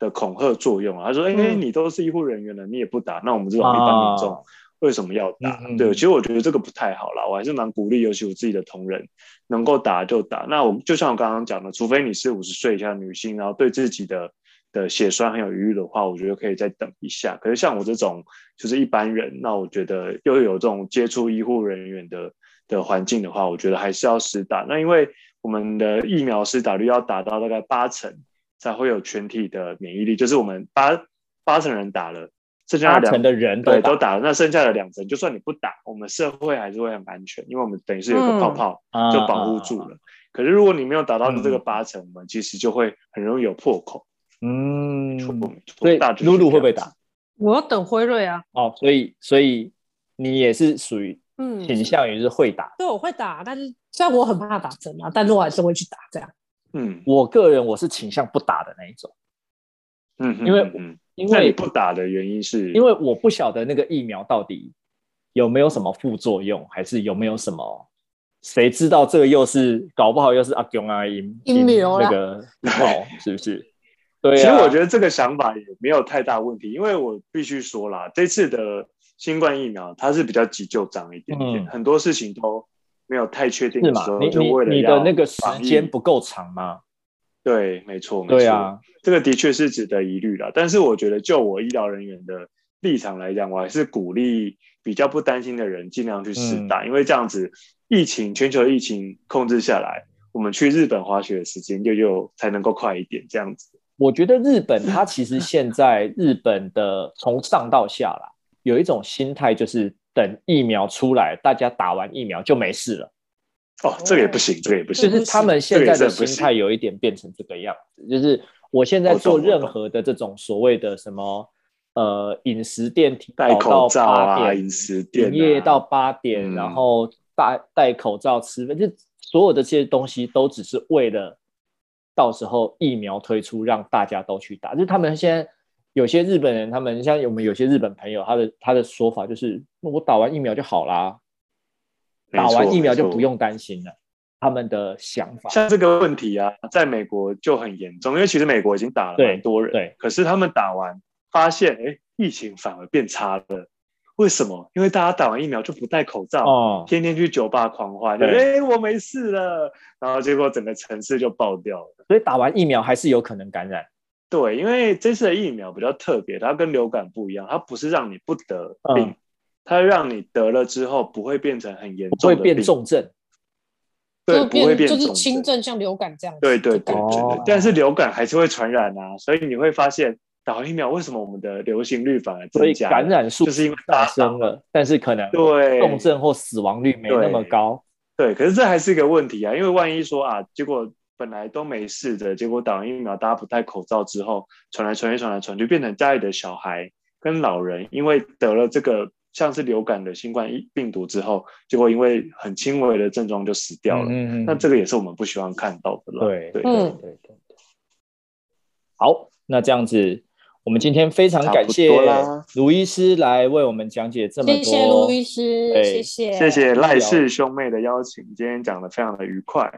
Speaker 3: 的恐吓作用啊。他说：“哎、
Speaker 2: 嗯
Speaker 3: 你都是医护人员了，你也不打，那我们这种一般民众
Speaker 1: 啊
Speaker 3: 为什么要打？”
Speaker 1: 嗯嗯
Speaker 3: 对，
Speaker 1: 嗯
Speaker 3: 其实我觉得这个不太好啦，我还是蛮鼓励，尤其我自己的同仁能够打就打。那我就像我刚刚讲的，除非你是五十岁以下的女性，然后对自己的的血栓很有疑虑的话，我觉得可以再等一下。可是像我这种就是一般人，那我觉得又有这种接触医护人员的的环境的话，我觉得还是要施打。那因为我们的疫苗施打率要达到大概八成，才会有全体的免疫力，就是我们八八成人打了，剩
Speaker 1: 八
Speaker 3: 下的两
Speaker 1: 成的人都
Speaker 3: 对，
Speaker 1: 打
Speaker 3: 都打了。那剩下的两层，就算你不打，我们社会还是会很安全，因为我们等于是有个泡泡、
Speaker 1: 啊
Speaker 3: 就保护住了。可是如果你没有达到这个八成，我们其实就会很容易有破口。
Speaker 1: 嗯，
Speaker 3: 嗯，
Speaker 1: 所以
Speaker 3: 大致是
Speaker 1: 露露
Speaker 3: 这
Speaker 1: 会不会
Speaker 3: 样
Speaker 1: 打
Speaker 3: 子？？
Speaker 2: 我要等辉瑞啊，
Speaker 1: 哦，所以所以你也是属于
Speaker 2: 嗯，
Speaker 1: 倾向于是会打。
Speaker 2: 对，我会打，但是虽然我很怕打针啊，但是我还是会去打这样。
Speaker 3: 嗯
Speaker 1: 我个人我是倾向不打的那一种，
Speaker 3: 嗯哼，
Speaker 1: 因为
Speaker 3: 嗯哼
Speaker 1: 因
Speaker 3: 那你
Speaker 1: 为
Speaker 3: 不打的原因是
Speaker 1: 因为我不晓得那个疫苗到底有没有什么副作用，还是有没有什么，谁知道这个又是搞不好又是阿公阿英
Speaker 2: 阴谋啦
Speaker 1: 那个 哦，是不是？对、啊，
Speaker 3: 其实我觉
Speaker 1: 得
Speaker 3: 得这个想法也没有太大问题，因为我必须说啦，这次的新冠疫苗它是比较急救章一点点，
Speaker 1: 嗯
Speaker 3: 很多事情都没有太确定
Speaker 1: 是
Speaker 3: 的
Speaker 1: 嘛
Speaker 3: 时？候，
Speaker 1: 你
Speaker 3: 就
Speaker 1: 你
Speaker 3: 为了
Speaker 1: 你
Speaker 3: 要
Speaker 1: 的那个时
Speaker 3: 防疫
Speaker 1: 间不够长吗？
Speaker 3: 对，没错，没错
Speaker 1: 对，啊，
Speaker 3: 这个的确是值得疑虑啦。但是我觉得，就我医疗人员的立场来讲，我还是鼓励比较不担心的人尽量去
Speaker 1: 嗯
Speaker 3: 试打，因为这样子疫情全球疫情控制下来，我们去日本滑雪的时间就就才能够快一点，这样子。
Speaker 1: 我觉得日本它其 实现在日本的从上到下啦，有一种心态就是等疫苗出来，大家打完疫苗就没事了。
Speaker 3: 哦，这个也不行，这个也不
Speaker 1: 就
Speaker 3: 行，
Speaker 1: 是他们现在的心
Speaker 3: 这个也是很不
Speaker 1: 态
Speaker 3: 行
Speaker 1: 有一点变成这个样子，就是我现在
Speaker 3: 我懂
Speaker 1: 做
Speaker 3: 我懂
Speaker 1: 任何的这种所谓的什么呃饮食店提
Speaker 3: 戴
Speaker 1: 早
Speaker 3: 口
Speaker 1: 到
Speaker 3: 罩
Speaker 1: 八
Speaker 3: 啊，
Speaker 1: 点
Speaker 3: 饮食店、啊、
Speaker 1: 营业到八点，
Speaker 3: 嗯
Speaker 1: 然后戴戴口罩吃饭，就所有的这些东西都只是为了到时候疫苗推出让大家都去打。就是他们现在有些日本人，他们像我们有些日本朋友，他的他的说法就是，我打完疫苗就好啦，
Speaker 3: 没
Speaker 1: 打
Speaker 3: 错
Speaker 1: 完疫苗就
Speaker 3: 没错
Speaker 1: 不用担心了。他们的想法，
Speaker 3: 像这个问题啊，在美国就很严重，因为其实美国已经打了
Speaker 1: 对
Speaker 3: 蛮多人，
Speaker 1: 对
Speaker 3: 可是他们打完发现，哎，疫情反而变差了，为什么？因为大家打完疫苗就不戴口罩，
Speaker 1: 哦，
Speaker 3: 天天去酒吧狂欢，就哎
Speaker 1: 对
Speaker 3: 我没事了，然后结果整个城市就爆掉了。
Speaker 1: 所以打完疫苗还是有可能感染。
Speaker 3: 对，因为这次的疫苗比较特别，它跟流感不一样，它不是让你不得病，
Speaker 1: 嗯
Speaker 3: 它让你得了之后不会变成很严
Speaker 1: 不
Speaker 3: 重
Speaker 1: 会
Speaker 3: 的病，
Speaker 1: 变重症，
Speaker 3: 对，
Speaker 2: 就
Speaker 3: 不会变
Speaker 2: 就
Speaker 3: 重
Speaker 2: 是
Speaker 3: 症，
Speaker 2: 轻症，像流感这样子。
Speaker 3: 对对对对
Speaker 1: 哦
Speaker 3: 对，但是流感还是会传染啊，所以你会发现打完疫苗为什么我们的流行率反而
Speaker 1: 所以
Speaker 3: 增加了？
Speaker 1: 感染数
Speaker 3: 就是因为大
Speaker 1: 上
Speaker 3: 家
Speaker 1: 升了，但是可能
Speaker 3: 对
Speaker 1: 重症或死亡率没那么
Speaker 3: 对
Speaker 1: 高。
Speaker 3: 对，可是这还是一个问题啊，因为万一说啊，结果本来都没事的，结果打完疫苗大家不戴口罩之后，传来传去，传来传去，变成家里的小孩跟老人，因为得了这个像是流感的新冠疫病毒之后，结果因为很轻微的症状就死掉了。
Speaker 1: 嗯嗯嗯
Speaker 3: 那这个也是我们不希望看到的了。
Speaker 1: 对对
Speaker 3: 对，
Speaker 2: 嗯
Speaker 1: 对对。好，那这样子，我们今天非常
Speaker 3: 差
Speaker 1: 感
Speaker 3: 不
Speaker 1: 谢
Speaker 3: 多啦
Speaker 1: 卢医师来为我们讲解这么多。
Speaker 2: 谢谢卢医师，
Speaker 1: 对
Speaker 2: 谢谢，
Speaker 3: 哎谢谢赖氏兄妹的邀请，今天讲的非常的愉快。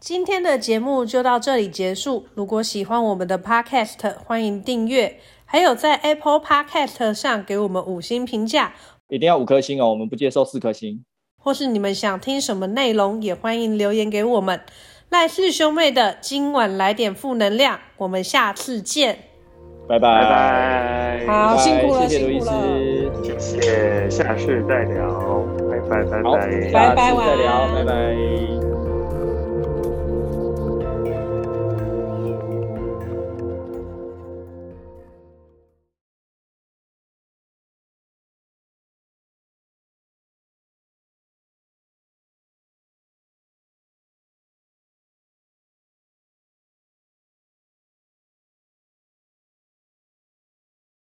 Speaker 2: 今天的节目就到这里结束。如果喜欢我们的 Podcast，欢迎订阅，还有在 Apple Podcast 上给我们五星评价，
Speaker 1: 一定要五颗星哦，我们不接受四颗星。
Speaker 2: 或是你们想听什么内容，也欢迎留言给我们。赖氏兄妹的今晚来点负能量，我们下次见。
Speaker 1: 拜
Speaker 3: 拜
Speaker 1: 拜
Speaker 3: 拜，
Speaker 1: 拜
Speaker 2: 好辛苦了
Speaker 1: 谢谢卢
Speaker 2: 辛
Speaker 1: 医
Speaker 2: 苦了
Speaker 1: 师，
Speaker 3: 谢谢，下次再聊，拜拜，拜
Speaker 1: 好，
Speaker 3: 拜，
Speaker 1: 下
Speaker 2: 拜
Speaker 1: 次再聊，
Speaker 2: 晚安
Speaker 1: 拜拜